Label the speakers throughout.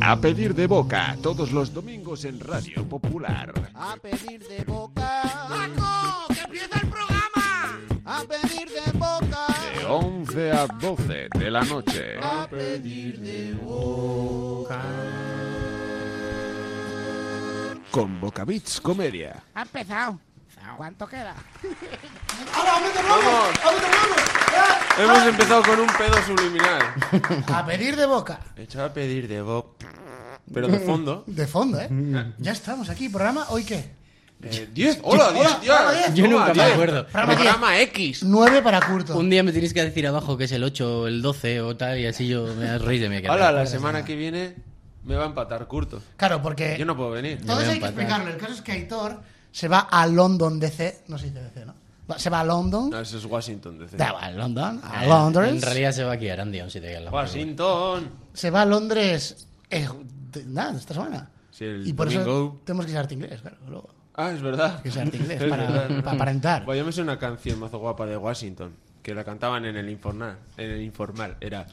Speaker 1: A pedir de boca todos los domingos en Radio Popular.
Speaker 2: A pedir de boca.
Speaker 3: ¡Paco! ¡Que empieza el programa!
Speaker 2: A pedir de boca.
Speaker 1: De 11 a 12 de la noche.
Speaker 2: A pedir de boca.
Speaker 1: Con Bocavits Comedia.
Speaker 3: Ha empezado. ¿Cuánto queda?
Speaker 4: ¡Hala, hombre, te vamos! ¡Hombre, te vamos!
Speaker 5: Hemos empezado con un pedo subliminal.
Speaker 4: A pedir de boca.
Speaker 5: Echaba a pedir de Bob. Pero de fondo.
Speaker 4: De fondo, ¿eh?
Speaker 5: Mm.
Speaker 4: Ya estamos aquí. ¿Programa hoy qué?
Speaker 5: Eh, 10. Hola, 10, tío.
Speaker 6: Yo nunca me
Speaker 5: Diez.
Speaker 6: acuerdo.
Speaker 4: Programa diez.
Speaker 5: Programa X.
Speaker 4: 9 para curto.
Speaker 6: Un día me tienes que decir abajo que es el 8 o el 12 o tal, y así yo me reí de mi cara.
Speaker 5: Hola, la semana que viene me va a empatar Curto.
Speaker 4: Claro, porque
Speaker 5: Yo Eh. no puedo venir.
Speaker 4: todo
Speaker 6: voy
Speaker 4: eso
Speaker 6: a
Speaker 4: hay que
Speaker 6: empatar.
Speaker 4: explicarlo. El caso es que Aitor se va a London DC. No sé si DC, ¿no? Va- Se va a London.
Speaker 5: No, Ah, eso es Washington, DC.
Speaker 4: Da igual, London. A
Speaker 6: Eh,
Speaker 4: Londres.
Speaker 6: En realidad se va aquí a Arandia, un sitio que al lado.
Speaker 5: Washington.
Speaker 4: Se va a Londres. eh, de- nada, esta semana.
Speaker 5: Sí, el
Speaker 4: y por eso
Speaker 5: domingo.
Speaker 4: tenemos que ser arte inglés, claro. Luego.
Speaker 5: Ah, es verdad.
Speaker 4: Que sea arte inglés,
Speaker 5: Es
Speaker 4: para-
Speaker 5: verdad.
Speaker 4: para aparentar.
Speaker 5: Bueno, yo me sé una canción mazo guapa de Washington. Que la cantaban en el informal. En el informal. Era.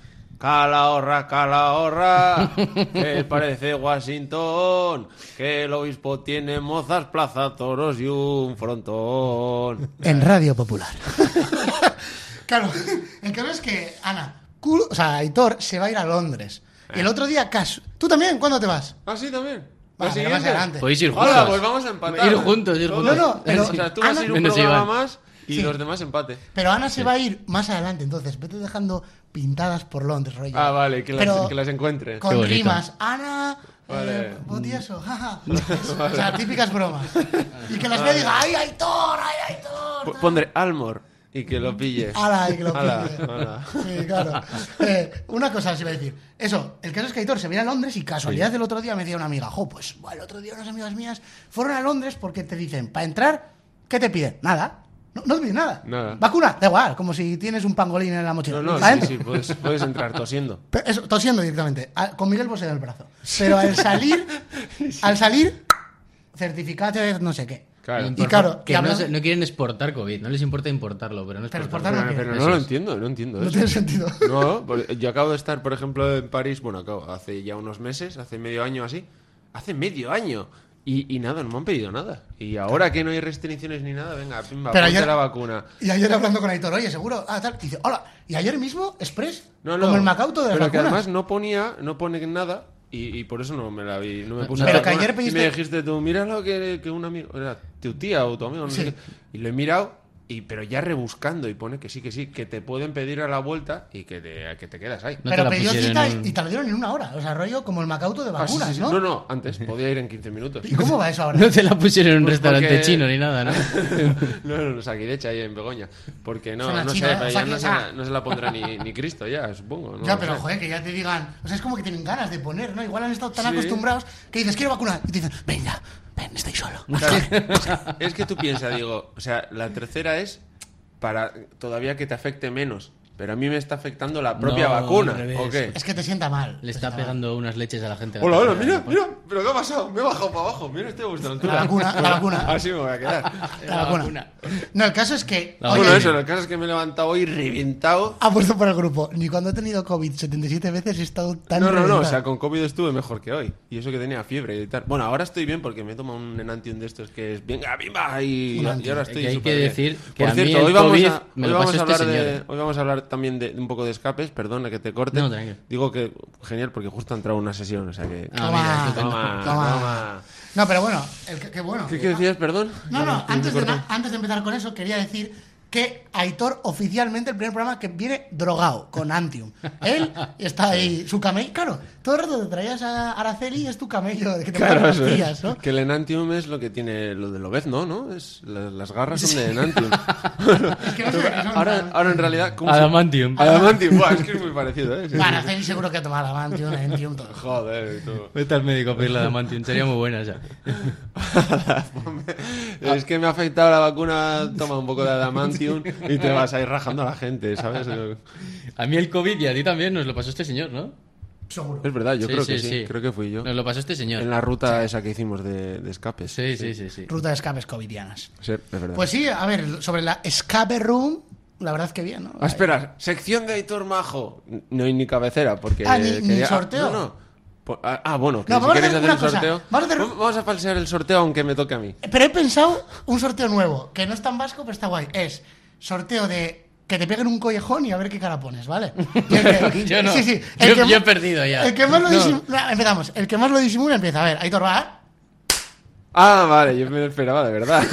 Speaker 5: Calahorra, calahorra, que parece Washington, que el obispo tiene mozas, plaza, toros y un frontón.
Speaker 4: En Radio Popular. claro, el caso es que Ana, cul- o sea, Aitor se va a ir a Londres. Y el otro día, Cash. ¿Tú también? ¿Cuándo te vas?
Speaker 5: ¿Ah, sí, también?
Speaker 4: Va, pero más
Speaker 5: ¿La siguiente?
Speaker 4: adelante.
Speaker 6: Podéis ir juntos.
Speaker 5: Hola, pues vamos a empatar.
Speaker 6: Ir juntos, ir
Speaker 5: Todos.
Speaker 6: juntos.
Speaker 4: No, no, pero-
Speaker 5: o sea, tú vas a ir un
Speaker 6: Menos
Speaker 5: programa
Speaker 6: Iván.
Speaker 5: más y
Speaker 4: Sí.
Speaker 5: los demás empate.
Speaker 4: Pero Ana se va a ir más adelante, entonces vete dejando pintadas por Londres, rollo.
Speaker 5: Ah, vale, que las,
Speaker 4: Pero
Speaker 5: que las encuentres.
Speaker 6: Qué
Speaker 4: Con
Speaker 6: bonito.
Speaker 4: rimas. Ana.
Speaker 5: Vale.
Speaker 4: eh, Botieso, jaja. O sea, típicas bromas. Y que las vea y diga, ¡ay, Aitor! ¡ay, Aitor!
Speaker 5: P- Pondré Almor y que lo pilles.
Speaker 4: ¡Hala, y que lo
Speaker 5: Ala,
Speaker 4: pille.
Speaker 5: ala.
Speaker 4: Sí, claro. Eh, una cosa se iba a decir. Eso, el caso es que Aitor se viene a Londres y casualidad del otro día me decía una amiga, jo, pues buah, el otro día unas amigas mías fueron a Londres porque te dicen, para entrar, ¿qué te piden? Nada. No, no te piden nada.
Speaker 5: Nada.
Speaker 4: Vacuna, da igual, como si tienes un pangolín en la mochila.
Speaker 5: No, no,
Speaker 4: Pa'
Speaker 5: sí,
Speaker 4: dentro.
Speaker 5: sí, pues. puedes, puedes entrar tosiendo.
Speaker 4: Pero eso, tosiendo directamente, a- con Miguel Bosé en el brazo. Pero al salir, al salir, certificado de no sé qué.
Speaker 5: Claro.
Speaker 4: Y claro,
Speaker 6: que
Speaker 4: y
Speaker 6: no,
Speaker 4: hablando-
Speaker 6: se- no quieren exportar COVID, no les importa importarlo, pero no
Speaker 4: Pero
Speaker 6: exportarlo.
Speaker 4: exportarlo
Speaker 5: Pero, pero
Speaker 6: Eso
Speaker 5: no lo
Speaker 6: es.
Speaker 5: entiendo, no entiendo
Speaker 4: Ah, no
Speaker 5: eso.
Speaker 4: tiene sentido.
Speaker 5: No, porque yo acabo de estar, por ejemplo, en París, bueno, acabo, hace ya unos meses, hace medio año así, hace medio año, y, y nada, no me han pedido nada. Y ahora que no hay restricciones ni nada, venga, pimba,
Speaker 4: Pero
Speaker 5: ponte
Speaker 4: ayer-
Speaker 5: la vacuna.
Speaker 4: Y ayer hablando con Aitor, oye, seguro, ah, tal, y dice, hola, y ayer mismo, Express,
Speaker 5: No, no,
Speaker 4: como el Macauto de las
Speaker 5: Pero que
Speaker 4: vacunas.
Speaker 5: además no ponía, no pone nada, y, y por eso no me la vi, no me puse
Speaker 4: Pero
Speaker 5: la
Speaker 4: que
Speaker 5: vacuna.
Speaker 4: ayer pediste-
Speaker 5: Y me dijiste tú, mira lo que, que un amigo, era tu tía o tu amigo, no sé
Speaker 4: Sí.
Speaker 5: qué. Y lo he mirado, y, pero ya rebuscando, y pone que sí, que sí, que te pueden pedir a la vuelta y que te, que te quedas ahí.
Speaker 6: No te
Speaker 4: pero
Speaker 6: la
Speaker 4: pidió
Speaker 6: pusieron
Speaker 4: cita
Speaker 6: en-
Speaker 4: y, y te lo dieron en una hora. O sea, rollo como el Macauto de
Speaker 5: Ah, sí,
Speaker 4: vacunas,
Speaker 5: sí, sí.
Speaker 4: ¿no?
Speaker 5: No, no, antes podía ir en 15 minutos.
Speaker 4: ¿Y cómo va eso ahora?
Speaker 6: No te la pusieron en un
Speaker 5: Pues
Speaker 6: restaurante
Speaker 5: porque-
Speaker 6: chino ni nada, ¿no?
Speaker 5: no, no, no, saquidecha ahí en Begoña. Porque no,
Speaker 4: Suena
Speaker 5: no,
Speaker 4: chino,
Speaker 5: sé,
Speaker 4: ¿eh?
Speaker 5: pero ya no, se
Speaker 4: Saquidecha.
Speaker 5: la, no se la pondrá ni, ni Cristo ya, supongo. No
Speaker 4: ya,
Speaker 5: lo
Speaker 4: pero
Speaker 5: sé.
Speaker 4: joder, que ya te digan, o sea, es como que tienen ganas de poner, ¿no? Igual han estado tan
Speaker 5: Sí.
Speaker 4: acostumbrados que dices, quiero vacunar. Y te dicen, venga, ven, estoy solo.
Speaker 5: Claro, es que tú piensas, digo, o sea, la tercera es para todavía que te afecte menos. Pero a mí me está afectando la propia
Speaker 6: No,
Speaker 5: vacuna.
Speaker 6: al revés.
Speaker 5: ¿O qué?
Speaker 4: Es que te sienta mal.
Speaker 6: Le
Speaker 4: te
Speaker 6: está
Speaker 4: sienta mal.
Speaker 6: pegando unas leches a la gente.
Speaker 5: Hola, hola, mira, mira, pero ¿qué ha pasado? Me he bajado para abajo, mira, estoy gustando.
Speaker 4: La vacuna, la vacuna.
Speaker 5: Así me voy a quedar.
Speaker 4: La, vacuna. No, el caso es que.
Speaker 6: La
Speaker 4: oye,
Speaker 5: Bueno, eso, el caso es que me he levantado hoy reventado.
Speaker 4: Ha puesto por el grupo. Ni cuando he tenido COVID 77 veces he estado tan.
Speaker 5: No, no, no,
Speaker 4: reventado.
Speaker 5: o sea, con COVID estuve mejor que hoy. Y eso que tenía fiebre y tal. Bueno, ahora estoy bien porque me he tomado un enantium de estos que es venga, bimba, y, y ahora estoy
Speaker 6: Que hay
Speaker 5: súper
Speaker 6: que
Speaker 5: bien.
Speaker 6: decir que
Speaker 5: Por
Speaker 6: a mí
Speaker 5: cierto,
Speaker 6: el
Speaker 5: hoy vamos,
Speaker 6: COVID
Speaker 5: a,
Speaker 6: me
Speaker 5: hoy
Speaker 6: lo
Speaker 5: vamos a
Speaker 6: pasó este
Speaker 5: hablar de,
Speaker 6: señor.
Speaker 5: hoy vamos a hablar también de, de un poco de escapes, perdona que te corte.
Speaker 6: No, tranquilo.
Speaker 5: Digo que genial porque justo ha entrado una sesión, o sea que...
Speaker 6: Ah,
Speaker 4: Toma,
Speaker 6: mira, estupendo.
Speaker 5: toma,
Speaker 4: toma.
Speaker 5: toma.
Speaker 4: No, pero bueno, el que, qué bueno.
Speaker 5: ¿Qué, qué decías, perdón?
Speaker 4: No,
Speaker 5: Que
Speaker 4: no,
Speaker 5: me
Speaker 4: antes de,
Speaker 5: corté.
Speaker 4: na- antes de empezar con eso, quería decir que Aitor oficialmente el primer programa que viene drogado con Antium. Él está ahí, su camello. Claro, todo el rato te traías a Araceli y es tu camello de que te
Speaker 5: Claro,
Speaker 4: ponen
Speaker 5: eso es.
Speaker 4: pastillas, ¿no?
Speaker 5: Que el enantium es lo que tiene lo del obezno, ¿no? Es, la- las garras son de enantium.
Speaker 4: Es que no sé de qué son,
Speaker 5: ahora,
Speaker 4: ¿no?
Speaker 5: ahora en realidad... ¿cómo se-
Speaker 6: Adamantium.
Speaker 5: Adamantium, buah, es que es muy parecido, ¿eh? Sí, sí.
Speaker 4: Araceli seguro que ha tomado Adamantium, Antium, todo.
Speaker 5: Joder, tú.
Speaker 6: Vete al médico a pedirle Adamantium, sería muy buena esa. Ah.
Speaker 5: es que me ha afectado la vacuna, toma un poco de adamantium y te vas a ir rajando a la gente, ¿sabes?
Speaker 6: A mí el COVID y a ti también nos lo pasó este señor, ¿no?
Speaker 4: Seguro.
Speaker 5: Es verdad, yo
Speaker 6: Sí,
Speaker 5: creo
Speaker 6: sí,
Speaker 5: que sí,
Speaker 6: sí.
Speaker 5: creo que fui yo.
Speaker 6: Nos lo pasó este señor.
Speaker 5: En la ruta esa que hicimos de, de escapes.
Speaker 6: Sí, sí, sí, sí.
Speaker 4: Ruta de escapes covidianas.
Speaker 5: Sí, es verdad.
Speaker 4: Pues sí, a ver, sobre la escape room, la verdad es que bien, ¿no?
Speaker 5: Ah, espera, sección de Aitor Majo. No hay ni cabecera porque...
Speaker 4: Ah, ni- ni
Speaker 5: quería-
Speaker 4: sorteo.
Speaker 5: No, no. Po- Ah, ah, bueno, que
Speaker 4: No,
Speaker 5: si
Speaker 4: vamos a
Speaker 5: queréis
Speaker 4: hacer
Speaker 5: hacer
Speaker 4: una
Speaker 5: el
Speaker 4: cosa.
Speaker 5: sorteo.
Speaker 4: Vamos a hacer-
Speaker 5: Vam- vamos a falsear el sorteo aunque me toque a mí.
Speaker 4: Pero he pensado un sorteo nuevo, que no es tan vasco, pero está guay. Es sorteo de que te peguen un collejón y a ver qué cara pones, ¿vale? Y el que-
Speaker 6: Yo no.
Speaker 4: Sí, sí.
Speaker 6: Yo-
Speaker 4: que
Speaker 6: yo he
Speaker 4: ma-
Speaker 6: perdido ya.
Speaker 4: El que más lo
Speaker 6: No.
Speaker 4: disimula. Empezamos. El que más lo disimula empieza. A ver, Aitor va.
Speaker 5: Ah, vale, yo me lo esperaba, de verdad.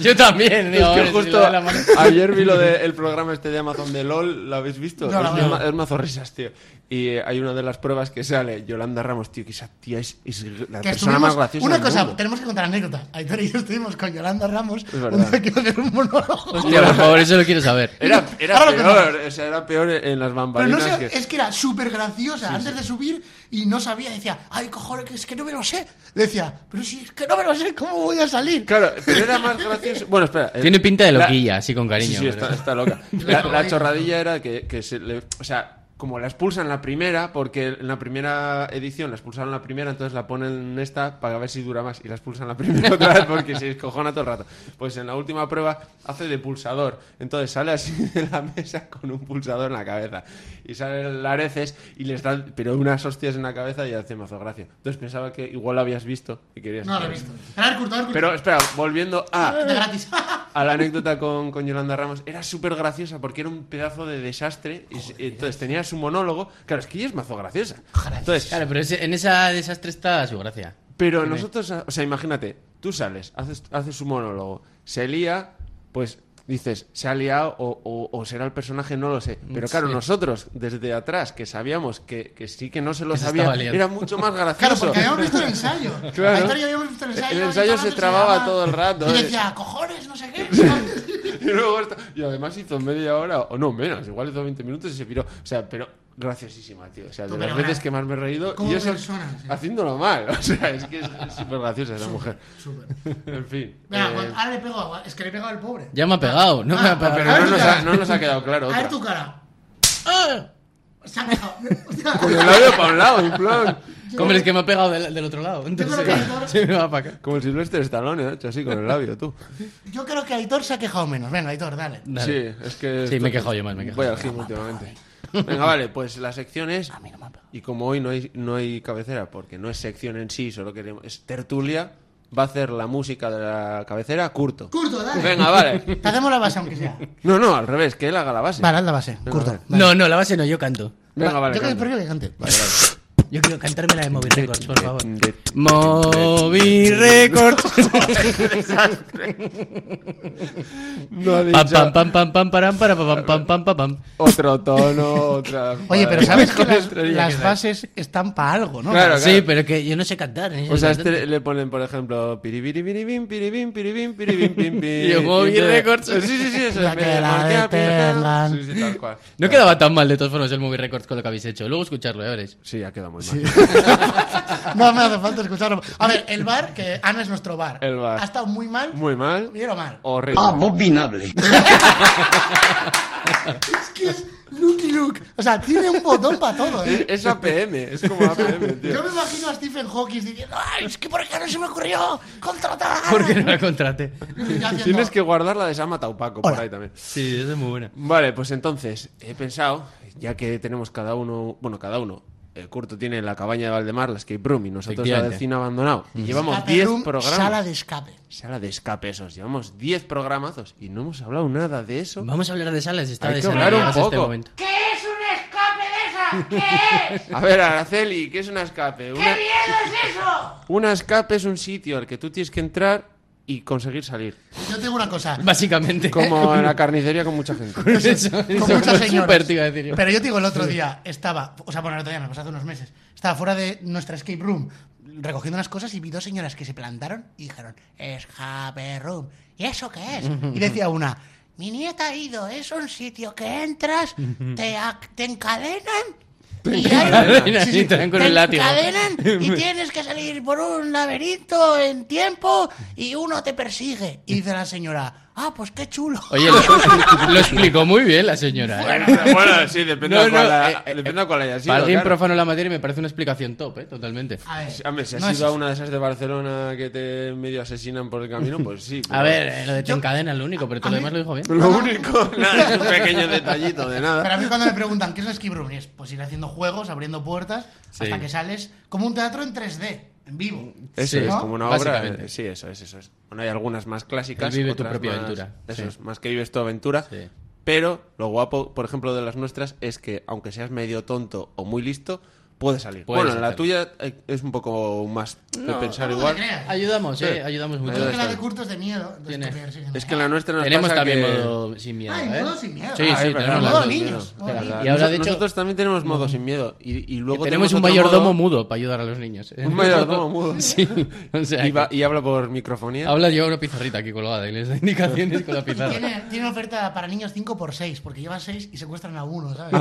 Speaker 6: Yo también,
Speaker 5: es
Speaker 6: digo, a ver
Speaker 5: que
Speaker 6: si
Speaker 5: justo
Speaker 6: le da la mano.
Speaker 5: ayer vi lo del programa este de Amazon de LOL, ¿lo habéis visto?
Speaker 4: No,
Speaker 5: es,
Speaker 4: no,
Speaker 5: de
Speaker 4: no.
Speaker 5: ma- es mazorrisas, tío. Y eh, hay una de las pruebas que sale Yolanda Ramos, tío, que esa tía es, es la
Speaker 4: Que
Speaker 5: persona
Speaker 4: estuvimos-
Speaker 5: más graciosa
Speaker 4: una
Speaker 5: del
Speaker 4: cosa,
Speaker 5: mundo.
Speaker 4: tenemos que contar anécdota. Aitor y yo estuvimos con Yolanda Ramos.
Speaker 5: verdad.
Speaker 4: un día que iba a hacer un monólogo.
Speaker 6: Hostia, por favor, eso lo quiero saber.
Speaker 5: Era, era
Speaker 4: Ahora lo
Speaker 5: peor, o sea, era peor en
Speaker 4: Pero
Speaker 5: las
Speaker 4: no
Speaker 5: bambalinas
Speaker 4: sé,
Speaker 5: que...
Speaker 4: es que era súper graciosa antes de subir y no sabía. Decía, ay, cojones, que es que no me lo sé. Decía, pero si es que no me lo sé, ¿cómo voy a salir?
Speaker 5: Claro, pero era más gracioso. Bueno, espera. eh,
Speaker 6: Tiene pinta de
Speaker 5: la-
Speaker 6: loquilla, así con cariño.
Speaker 5: Sí, sí,
Speaker 6: pero-
Speaker 5: está, está loca. La, la chorradilla era que, que se le- O sea, como la expulsan la primera, porque en la primera edición la expulsaron la primera, entonces la ponen en esta para ver si dura más. Y la expulsan la primera otra vez porque se escojona todo el rato. Pues en la última prueba hace de pulsador. Entonces sale así de la mesa con un pulsador en la cabeza. Y sale Lareces y les dan, pero unas hostias en la cabeza y hace mazo gracia. Entonces pensaba que igual lo habías visto y querías.
Speaker 4: No lo he visto. A ver, Curto, a ver, Curto.
Speaker 5: Pero espera, volviendo a.
Speaker 4: De gratis.
Speaker 5: a la anécdota con, con Yolanda Ramos, era súper graciosa porque era un pedazo de desastre. y s- entonces tenía su monólogo. Claro, es que ella es mazo graciosa. Entonces,
Speaker 6: Claro, pero ese- en esa desastre está su gracia.
Speaker 5: pero nosotros, o sea, imagínate, tú sales, haces, haces su monólogo, se lía, pues dices, se ha liado o, o- o será el personaje, no lo sé. Pero claro,
Speaker 6: Mm, Sí.
Speaker 5: nosotros desde atrás que sabíamos que, que sí que no se lo
Speaker 6: Que se
Speaker 5: sabía,
Speaker 6: estaba liando.
Speaker 5: era mucho más
Speaker 4: Claro,
Speaker 5: gracioso.
Speaker 4: porque habíamos visto el ensayo.
Speaker 5: Claro.
Speaker 4: Aitor y yo habíamos visto el ensayo.
Speaker 5: El
Speaker 4: y
Speaker 5: ensayo
Speaker 4: Aitor
Speaker 5: se
Speaker 4: antes
Speaker 5: trababa
Speaker 4: llamaba
Speaker 5: todo el rato,
Speaker 4: Y
Speaker 5: eh.
Speaker 4: decía, cojones, no sé qué.
Speaker 5: Y luego esta- y además hizo media hora, o no menos, igual hizo 20 minutos y se piró. O sea, pero graciosísima, tío. O sea,
Speaker 4: Tú,
Speaker 5: de las
Speaker 4: pero
Speaker 5: veces
Speaker 4: gra-
Speaker 5: que más me he reído.
Speaker 4: como
Speaker 5: y eso
Speaker 4: persona, sí.
Speaker 5: haciéndolo mal. O sea, es que es es súper graciosa esa mujer.
Speaker 4: Súper.
Speaker 5: En fin.
Speaker 4: Venga,
Speaker 5: eh,
Speaker 4: Juan, ahora le pego agua. Es que le he pegado al pobre.
Speaker 6: Ya me ha pegado, no
Speaker 4: Ah,
Speaker 6: me ha
Speaker 5: pero
Speaker 6: pegado.
Speaker 4: A ver
Speaker 5: no
Speaker 4: tu
Speaker 5: nos,
Speaker 4: cara.
Speaker 5: ha, no nos ha quedado claro.
Speaker 4: A ver
Speaker 5: Otra.
Speaker 4: tu cara. ¡Eh!
Speaker 6: ¡Ah!
Speaker 4: Se ha quejado. O sea,
Speaker 5: Con el labio para un lado, en plan.
Speaker 6: Hombre, es que me ha pegado del, del otro lado. Entonces,
Speaker 4: creo que Aitor-
Speaker 6: se me va para acá.
Speaker 5: Como el Silvestre Stallone, ¿eh? hecho así con el labio, tú.
Speaker 4: Yo creo que Aitor se ha quejado menos. Venga, Aitor, dale.
Speaker 6: Dale.
Speaker 5: Sí, es que.
Speaker 6: Sí, me he quejado yo más, me he quejado
Speaker 5: Voy al
Speaker 6: yo.
Speaker 5: gym últimamente. Venga, vale, pues la sección es.
Speaker 4: A mí no me ha pegado.
Speaker 5: Y como hoy no hay, no hay cabecera, porque no es sección en sí, solo queremos. Es tertulia, va a hacer la música de la cabecera curto.
Speaker 4: Curto, dale.
Speaker 5: Venga, vale.
Speaker 4: Te hacemos la base, aunque sea.
Speaker 5: No, no, al revés, que él haga la base.
Speaker 4: Vale, haz la base. Curto.
Speaker 5: vale.
Speaker 6: No, no, la base no, yo canto.
Speaker 5: Venga,
Speaker 4: Va,
Speaker 5: vale.
Speaker 4: Yo creo que
Speaker 5: canta.
Speaker 4: prefiero que cante.
Speaker 6: Yo quiero cantarme la de Moby Records, por favor. Moby Records.
Speaker 5: No ha
Speaker 6: Pam,
Speaker 5: dicho
Speaker 6: pam, pam, pam, pam, param, para, pam, pam, pam, pam, pam.
Speaker 5: otro tono, otra.
Speaker 4: Oye, pero
Speaker 5: Vale.
Speaker 4: sabes que las,
Speaker 5: Estrella
Speaker 4: las
Speaker 5: que da.
Speaker 4: bases están para ¿eh? algo, ¿no?
Speaker 5: Claro, claro.
Speaker 6: Sí, pero que yo no sé cantar. ni
Speaker 5: O
Speaker 6: soy
Speaker 5: sea,
Speaker 6: cantante.
Speaker 5: este le ponen, por ejemplo, piribiribiribim, piribim, piribim, piribim, pim, pim.
Speaker 6: Y el Moby
Speaker 5: entonces-
Speaker 6: Records.
Speaker 5: Sí, sí, sí, eso.
Speaker 4: La
Speaker 5: en
Speaker 4: que
Speaker 5: vez de
Speaker 4: la
Speaker 5: marquea,
Speaker 4: detengan.
Speaker 5: pirata. Sí, sí, tal cual.
Speaker 6: No quedaba tan mal de todas formas el Movie Records con lo que habéis hecho. Luego escucharlo, ya veréis.
Speaker 5: Sí, ha quedado muy mal.
Speaker 4: No me hace falta escucharlo. A ver, el bar, que Ana es nuestro bar.
Speaker 5: El bar.
Speaker 4: Ha estado muy mal.
Speaker 5: Muy Oh. mal.
Speaker 4: Bien o mal.
Speaker 5: Horrible.
Speaker 4: Es que es Lucky Luke. O sea, tiene un botón para todo,
Speaker 5: Es
Speaker 4: ¿eh?
Speaker 5: es APM, es como APM,
Speaker 4: Yo
Speaker 5: tío.
Speaker 4: me imagino a Stephen Hawking diciendo, ¡ay, es que por qué no se me ocurrió contratar!
Speaker 6: ¿Por qué no la contraté?
Speaker 4: Y haciendo,
Speaker 5: Tienes que guardar la de Sama Taupaco por ahí también.
Speaker 6: Sí, esa es muy buena.
Speaker 5: Vale, pues entonces he pensado, ya que tenemos cada uno, bueno, cada uno, el Curto tiene la cabaña de Valdemar, la escape room, y nosotros la del
Speaker 6: Efectivamente.
Speaker 5: cine abandonado. Y llevamos
Speaker 4: escape
Speaker 5: 10
Speaker 4: room,
Speaker 5: programas.
Speaker 4: Sala de escape.
Speaker 5: Sala de escape, esos. Llevamos 10 programazos y no hemos hablado nada de eso.
Speaker 6: Vamos a hablar de salas. Está
Speaker 5: Hay que
Speaker 6: desarrollado
Speaker 5: hablar un
Speaker 6: hasta este
Speaker 5: poco.
Speaker 6: momento.
Speaker 7: ¿Qué es un escape de esas? ¿Qué es?
Speaker 5: A ver, Araceli, ¿qué es una escape?
Speaker 7: ¿Qué
Speaker 5: Una,
Speaker 7: miedo es eso?
Speaker 5: una escape es un sitio al que tú tienes que entrar y conseguir salir.
Speaker 4: Yo tengo una cosa.
Speaker 6: Básicamente.
Speaker 5: Como en la carnicería con mucha gente.
Speaker 6: Eso, eso,
Speaker 4: Con
Speaker 6: como
Speaker 4: muchas
Speaker 6: súper,
Speaker 4: señoras.
Speaker 6: te iba a decir yo.
Speaker 4: Pero yo te digo, el otro día estaba, o sea, bueno, el otro día no, pues hace unos meses, estaba fuera de nuestra escape room recogiendo unas cosas y vi dos señoras que se plantaron y dijeron, escape room, ¿y eso qué es? Y decía una, mi nieta ha ido, es un sitio que entras, te, ac- te encadenan. Y hay-
Speaker 6: encadenan y te dan con
Speaker 4: te
Speaker 6: un látigo".
Speaker 4: encadenan y tienes que salir por un laberinto en tiempo y uno te persigue. Y dice la señora, Ah, pues qué chulo.
Speaker 6: Oye, lo, lo explicó muy bien la señora. ¿eh?
Speaker 5: bueno, sí, depende
Speaker 6: No,
Speaker 5: de
Speaker 6: no,
Speaker 5: cuál ha-
Speaker 6: eh, eh,
Speaker 5: depende de cuál haya sido.
Speaker 6: Para alguien
Speaker 5: claro. Ah,
Speaker 6: profano en la materia me parece una explicación top, ¿eh? Totalmente.
Speaker 4: A ver,
Speaker 5: Hombre, si has
Speaker 4: no es
Speaker 5: ido a una de esas de Barcelona que te medio asesinan por el camino, pues sí.
Speaker 6: A
Speaker 5: pero-
Speaker 6: ver, eh, lo de te encadena es lo único, pero todo lo demás lo dijo bien.
Speaker 5: Lo único, nada, es un pequeño detallito de nada.
Speaker 4: Para mí cuando me preguntan qué es la Skibroom, es pues ir haciendo juegos, abriendo puertas, hasta que sales como un teatro en 3D, en vivo.
Speaker 5: Eso
Speaker 6: Sí,
Speaker 5: es
Speaker 4: ¿no?
Speaker 5: como una obra.
Speaker 6: básicamente.
Speaker 5: eh, Sí, eso es, eso es. Bueno, hay algunas más clásicas.
Speaker 6: El vive tu
Speaker 5: otras
Speaker 6: propia
Speaker 5: más-
Speaker 6: aventura,
Speaker 5: Eso
Speaker 6: sí.
Speaker 5: es, más que vives tu aventura.
Speaker 6: Sí.
Speaker 5: Pero lo guapo, por ejemplo, de las nuestras es que, aunque seas medio tonto o muy listo, puedes salir.
Speaker 6: Puedes
Speaker 5: bueno, en la
Speaker 6: hacerlo.
Speaker 5: tuya eh, es un poco más de pensar
Speaker 4: No te
Speaker 5: igual.
Speaker 4: creas.
Speaker 6: Ayudamos,
Speaker 5: Sí.
Speaker 6: ¿eh? Ayudamos
Speaker 4: Yo
Speaker 6: mucho.
Speaker 4: creo que la de Curto es de miedo. de
Speaker 6: Tiene-
Speaker 4: escoger, sí,
Speaker 5: Es que en la nuestra nos
Speaker 6: Tenemos
Speaker 5: pasa
Speaker 6: también
Speaker 5: que...
Speaker 6: modo sin miedo,
Speaker 4: Ah, y
Speaker 6: ¿eh?
Speaker 4: modo sin miedo.
Speaker 6: Sí,
Speaker 5: Ah,
Speaker 6: sí,
Speaker 5: es verdad,
Speaker 6: tenemos las
Speaker 4: modo
Speaker 6: dos.
Speaker 4: niños, modo
Speaker 6: Tenemos
Speaker 4: niños.
Speaker 6: las
Speaker 5: Verdad.
Speaker 6: dos. Y ahora,
Speaker 5: Noso-
Speaker 6: de hecho,
Speaker 5: nosotros también tenemos modo sin miedo y, y luego
Speaker 6: que tenemos un
Speaker 5: otro
Speaker 6: mayordomo
Speaker 5: modo-
Speaker 6: mudo para ayudar a los niños. ¿eh?
Speaker 5: un mayordomo mudo
Speaker 6: Sí, o sea,
Speaker 5: y, va-
Speaker 6: que-
Speaker 5: y habla por microfonía
Speaker 6: habla yo una pizarrita aquí colgada y les da indicaciones con la pizarra.
Speaker 4: Tiene, tiene oferta para niños 5 por 6 porque llevan 6 y secuestran a uno, ¿sabes?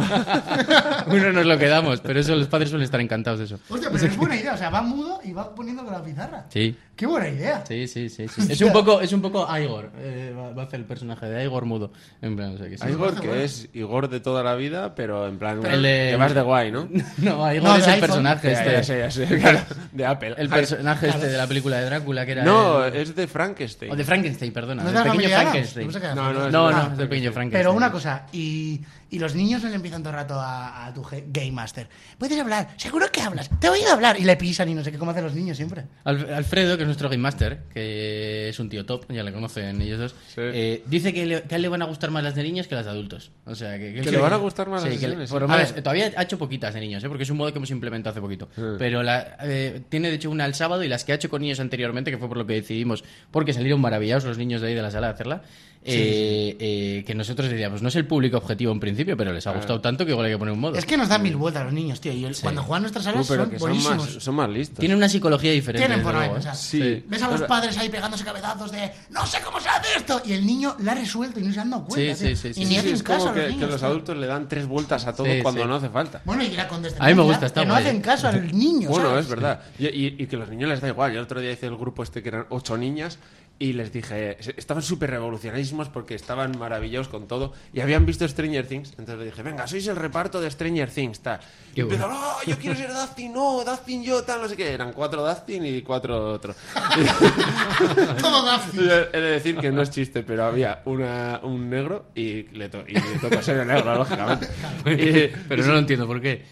Speaker 6: Uno nos lo quedamos, pero eso los padres suelen estar encantados de eso.
Speaker 4: Hostia, pero es buena idea. O sea, va mudo y va poniendo con la pizarra.
Speaker 6: Sí.
Speaker 4: Qué buena idea.
Speaker 6: Sí, sí, sí, sí. Es un poco, es un poco Igor. eh, va va a hacer el personaje de Igor mudo. En plan, o sea que sí.
Speaker 5: A Igor que es Igor de toda la vida pero en plan
Speaker 6: El de-
Speaker 5: que vas de guay ¿no?
Speaker 6: No, Igor
Speaker 4: No,
Speaker 6: es
Speaker 4: de
Speaker 6: el
Speaker 4: iPhone.
Speaker 6: personaje
Speaker 5: Ya, ya
Speaker 6: este.
Speaker 5: sé, ya sé, claro, de Apple
Speaker 6: El personaje este de la película de Drácula que era.
Speaker 5: no eh.
Speaker 6: el-
Speaker 5: es de Frankenstein
Speaker 6: O de Frankenstein, perdona.
Speaker 4: ¿No es
Speaker 6: del
Speaker 4: de la
Speaker 6: pequeño
Speaker 4: familia Adams?
Speaker 6: Frankenstein.
Speaker 4: Yo pensé que era
Speaker 5: No, no, es
Speaker 6: No,
Speaker 5: de-
Speaker 6: no,
Speaker 5: Ah,
Speaker 6: es del pequeño Frankenstein.
Speaker 4: Pero una cosa, y, y los niños no le empiezan todo el rato a, a tu ge- Game Master. Puedes hablar, seguro que hablas, te he oído hablar. Y le pisan y no sé qué, como hacen los niños siempre.
Speaker 6: Al- Alfredo, que es nuestro Game Master, que es un tío top, ya le conocen ellos dos, eh, dice que, le- que a él le van a gustar más las de niños que las de adultos. O sea, que,
Speaker 5: Que le van a gustar más
Speaker 6: Sí,
Speaker 5: las
Speaker 6: que le-
Speaker 5: sesiones,
Speaker 6: por lo
Speaker 5: ¿eh?
Speaker 6: menos,
Speaker 5: A
Speaker 6: eh, Todavía ha hecho poquitas de niños, ¿eh? porque es un modo que hemos implementado hace poquito. Pero la, eh, tiene, de hecho, una el sábado y las que ha hecho con niños anteriormente, que fue por lo que decidimos, porque salieron maravillados los niños de ahí de la sala a hacerla. eh, eh, que nosotros diríamos, no es el público objetivo en principio, pero
Speaker 5: Ah.
Speaker 6: les ha gustado tanto que igual hay que poner un modo.
Speaker 4: Es que nos dan mil vueltas los niños, tío. Y el- cuando juegan nuestras
Speaker 5: Tú,
Speaker 4: salas
Speaker 5: pero
Speaker 4: son
Speaker 5: que son más,
Speaker 4: buenísimos.
Speaker 5: son más listos
Speaker 6: Tienen una psicología diferente.
Speaker 4: Tienen
Speaker 6: desde
Speaker 4: por ahí
Speaker 6: luego, ¿eh?
Speaker 4: pensar.
Speaker 5: Sí.
Speaker 4: Ves a los padres ahí pegándose cabezazos de no sé cómo se hace esto. Y el niño la ha resuelto y no se han dado cuenta.
Speaker 6: Sí,
Speaker 4: tío.
Speaker 6: sí, sí,
Speaker 4: Y
Speaker 6: sí,
Speaker 4: ni
Speaker 6: sí,
Speaker 4: hacen
Speaker 5: es
Speaker 4: caso
Speaker 5: como
Speaker 4: a
Speaker 5: que,
Speaker 4: los
Speaker 5: que
Speaker 4: niños.
Speaker 5: los
Speaker 4: tío.
Speaker 5: adultos le dan tres vueltas a todo
Speaker 6: Sí,
Speaker 5: cuando
Speaker 6: sí.
Speaker 5: no hace falta
Speaker 4: Bueno, y la condescendencia.
Speaker 6: A mí me gusta, está
Speaker 4: Que no
Speaker 6: guay. ¿eh?
Speaker 4: hacen caso al niño.
Speaker 5: Bueno,
Speaker 4: ¿sabes?
Speaker 5: es verdad. Y, y- y que a los niños les da igual. Yo el otro día hice el grupo este que eran ocho niñas y les dije, se- estaban súper revolucionarísimos porque estaban maravillados con todo y habían visto Stranger Things. Entonces le dije, venga, sois el reparto de Stranger Things, tal. Y
Speaker 6: Qué bueno.
Speaker 5: empezaron, "Oh, yo quiero ser Dustin, no, Dustin yo, tal, no sé qué. Eran cuatro Dustin y cuatro otros. ¿eh?
Speaker 4: Todo gafi.
Speaker 5: Yo He de decir que no es chiste, pero había una, un negro y le, to- y le toca ser el negro, lógicamente. Y-
Speaker 6: ¿eh? pero no lo entiendo por qué.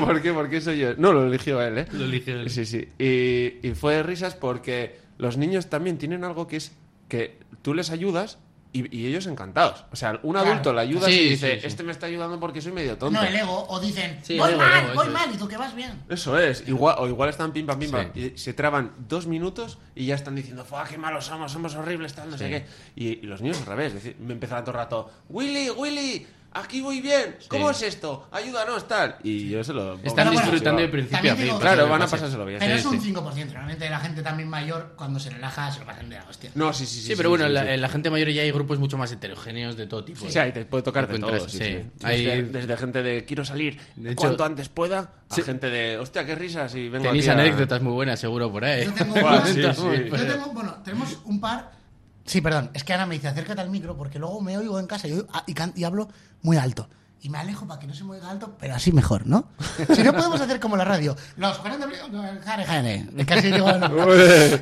Speaker 5: ¿Por qué? Porque soy yo. No, lo eligió él, ¿eh?
Speaker 6: Lo eligió él.
Speaker 5: Sí, sí. Y, y fue de risas porque los niños también tienen algo que es que tú les ayudas y, y ellos encantados. O sea, un adulto le ayudas
Speaker 6: Sí,
Speaker 5: y
Speaker 6: sí,
Speaker 5: dice,
Speaker 6: sí.
Speaker 5: este me está ayudando porque soy medio tonto.
Speaker 4: No, el ego. O dicen,
Speaker 6: Sí, el
Speaker 4: voy
Speaker 6: ego, el
Speaker 4: mal,
Speaker 6: ego,
Speaker 4: voy
Speaker 6: eso
Speaker 4: mal. Y tú que vas bien.
Speaker 5: Eso es. Igual, o igual están pim pam pim pam.
Speaker 6: Sí.
Speaker 5: Y se traban dos minutos y ya están diciendo, ¡fuah, qué malos somos! Somos horribles, tal, no sé
Speaker 6: Sí.
Speaker 5: qué. Y, y los niños al revés. es decir, me empezaban todo el rato, ¡Willy, Willy! Aquí voy bien. ¿Cómo es esto? Ayúdanos, tal. Y yo se lo...
Speaker 6: Están
Speaker 4: Bueno, bueno,
Speaker 6: disfrutando de
Speaker 5: de
Speaker 6: principio a
Speaker 4: también
Speaker 6: fin.
Speaker 4: digo-
Speaker 5: Claro, van a
Speaker 6: pasar
Speaker 5: pasárselo bien.
Speaker 4: Pero
Speaker 6: Sí,
Speaker 4: es un
Speaker 6: sí.
Speaker 4: 5%. Realmente la gente también mayor, cuando se relaja, se lo pasan de la hostia.
Speaker 5: No, sí, sí, sí.
Speaker 6: Sí, pero bueno,
Speaker 5: sí,
Speaker 6: la,
Speaker 5: sí.
Speaker 6: la gente mayor ya hay grupos mucho más heterogéneos de todo tipo.
Speaker 5: O sea, y te puede tocar de
Speaker 6: Encuentras-
Speaker 5: todo. Sí,
Speaker 6: sí.
Speaker 5: sí.
Speaker 6: Hay-
Speaker 5: Desde, desde gente de quiero salir
Speaker 6: De hecho-
Speaker 5: cuanto antes pueda, a
Speaker 6: Sí.
Speaker 5: gente de hostia, qué risas y vengo
Speaker 6: Tenéis
Speaker 5: aquí a-
Speaker 6: anécdotas muy buenas, seguro, por ahí.
Speaker 4: Yo tengo
Speaker 5: Buah,
Speaker 4: una-
Speaker 5: sí,
Speaker 6: Está
Speaker 5: sí.
Speaker 6: muy
Speaker 5: Yo
Speaker 4: Yo
Speaker 6: fuera.
Speaker 4: tengo- bueno, tenemos un par. Sí, perdón, es que Ana me dice acércate al micro porque luego me oigo en casa y, oigo- ah, y can- y hablo muy alto. Y me alejo para que no se me oiga alto, pero así mejor, ¿no? Si no podemos hacer como la radio. Los 40 minutos. Jare, jare. Casi digo, no.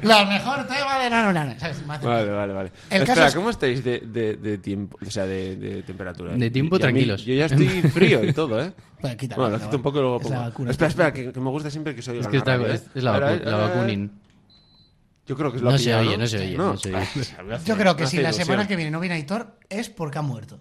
Speaker 4: Lo mejor tema de la nana. ¿sabes? Me hace-
Speaker 5: Vale, vale, vale.
Speaker 4: El caso
Speaker 5: Espera,
Speaker 4: es-
Speaker 5: ¿cómo estáis de, de- de tiempo? O sea, de, de temperatura.
Speaker 6: De
Speaker 5: Y
Speaker 6: tiempo,
Speaker 5: a mí-
Speaker 6: tranquilos.
Speaker 5: yo ya estoy frío y todo, ¿eh?
Speaker 4: Bueno, Pues quítalo,
Speaker 5: bueno, lo
Speaker 4: quítalo.
Speaker 5: quito un poco y luego
Speaker 4: Es
Speaker 5: pongo.
Speaker 4: la vacuna.
Speaker 5: espera, espera, que, que me gusta siempre que soy
Speaker 6: Es que está- es, es la, vacu- la vacunin.
Speaker 5: ¿eh? Yo creo que es lo
Speaker 6: No
Speaker 5: ha
Speaker 6: se
Speaker 5: pillado,
Speaker 6: oye, no se oye. No se oye.
Speaker 4: Yo creo que
Speaker 5: Hace
Speaker 4: si la
Speaker 5: ilusión.
Speaker 4: semana que viene no viene Aitor es porque ha muerto.